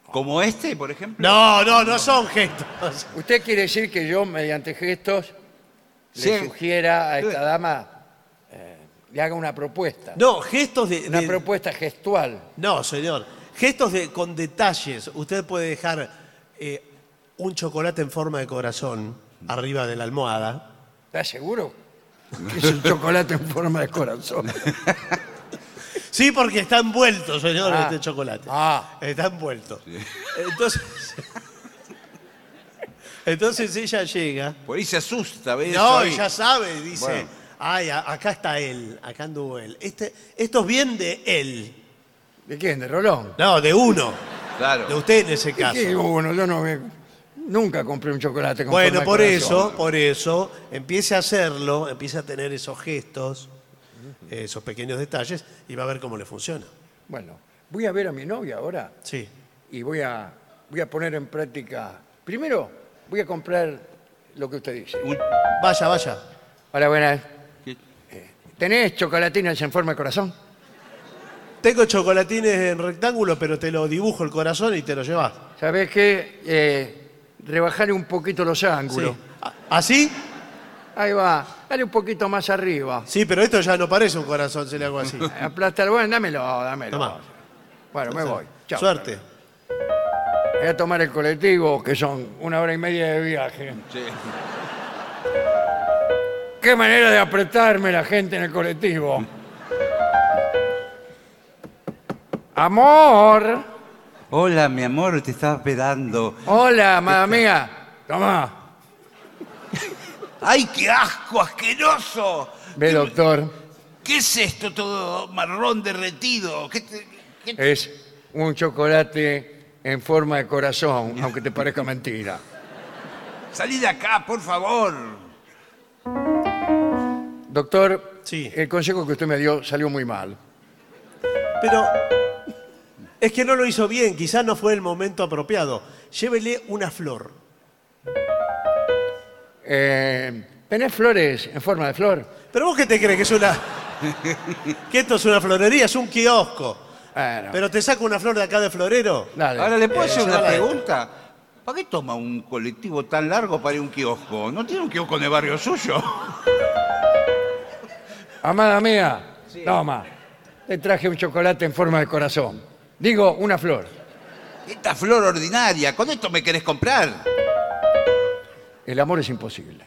Como este, por ejemplo. No, no, no son gestos. ¿Usted quiere decir que yo, mediante gestos, le Sí. sugiera a esta dama, eh, le haga una propuesta? No, gestos de... una de- propuesta gestual. no, señor. Gestos de, con detalles. Usted puede dejar eh, un chocolate en forma de corazón arriba de la almohada. ¿Está seguro? Que es un chocolate en forma de corazón. Sí, porque está envuelto, señor, Ah. este chocolate. Ah. Está envuelto. Entonces. Entonces ella llega. Por ahí se asusta, ¿ves? No, Ahí. ya sabe, dice. Bueno. Ay, a- acá está él, acá anduvo él. Este, esto es bien de él. ¿De quién? ¿De Rolón? No, de uno. Claro. De usted en ese ¿Y qué? caso. Bueno, yo no me- nunca compré un chocolate con forma Bueno, de por corazón. eso, por eso, empiece a hacerlo, empiece a tener esos gestos, esos pequeños detalles, y va a ver cómo le funciona. Bueno, voy a ver a mi novia ahora Sí. y voy a, voy a poner en práctica. Primero, voy a comprar lo que usted dice. Un- Vaya, vaya. Hola, buenas. Eh, ¿Tenés chocolatinas en forma de corazón? Tengo chocolatines en rectángulo, pero te lo dibujo el corazón y te lo llevas. ¿Sabés qué? Eh, rebajar un poquito los ángulos. ¿A- ¿Ah, ¿Así? Ahí va. Dale un poquito más arriba. Sí, pero esto ya no parece un corazón, se le hago así. Aplastar. Bueno, dámelo, dámelo. Tomá. Bueno, me voy. Chao. Suerte. Voy a tomar el colectivo, que son una hora y media de viaje. Sí. Qué manera de apretarme la gente en el colectivo. Amor. Hola, mi amor, te estaba esperando. Hola, amada mía. Tomá. ¡Ay, qué asco, asqueroso! Ve, doctor. ¿Qué es esto todo marrón derretido? ¿Qué te- qué- Es un chocolate en forma de corazón, aunque te parezca mentira. Salí de acá, por favor. Doctor, Sí. el consejo que usted me dio salió muy mal. Pero es que no lo hizo bien, quizás no fue el momento apropiado. Llévele una flor. Eh, ¿Tenés flores en forma de flor? ¿Pero vos qué te crees que es una... que esto es una florería, es un kiosco. Bueno, Pero te saco una flor de acá de florero. dale. Ahora, ¿le puedo Eh, hacer ya una la- pregunta? ¿Para qué toma un colectivo tan largo para ir a un kiosco? ¿No tiene un kiosco en el barrio suyo? Amada mía, toma. Te traje un chocolate en forma de corazón. Digo, una flor. Esta flor ordinaria, ¿con esto me querés comprar? El amor es imposible.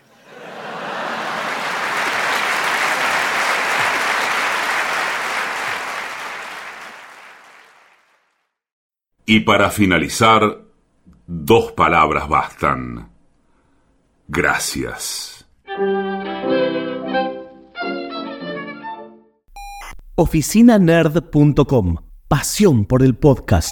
Y para finalizar, dos palabras bastan. Gracias. oficinanerd.com. Pasión por el podcast.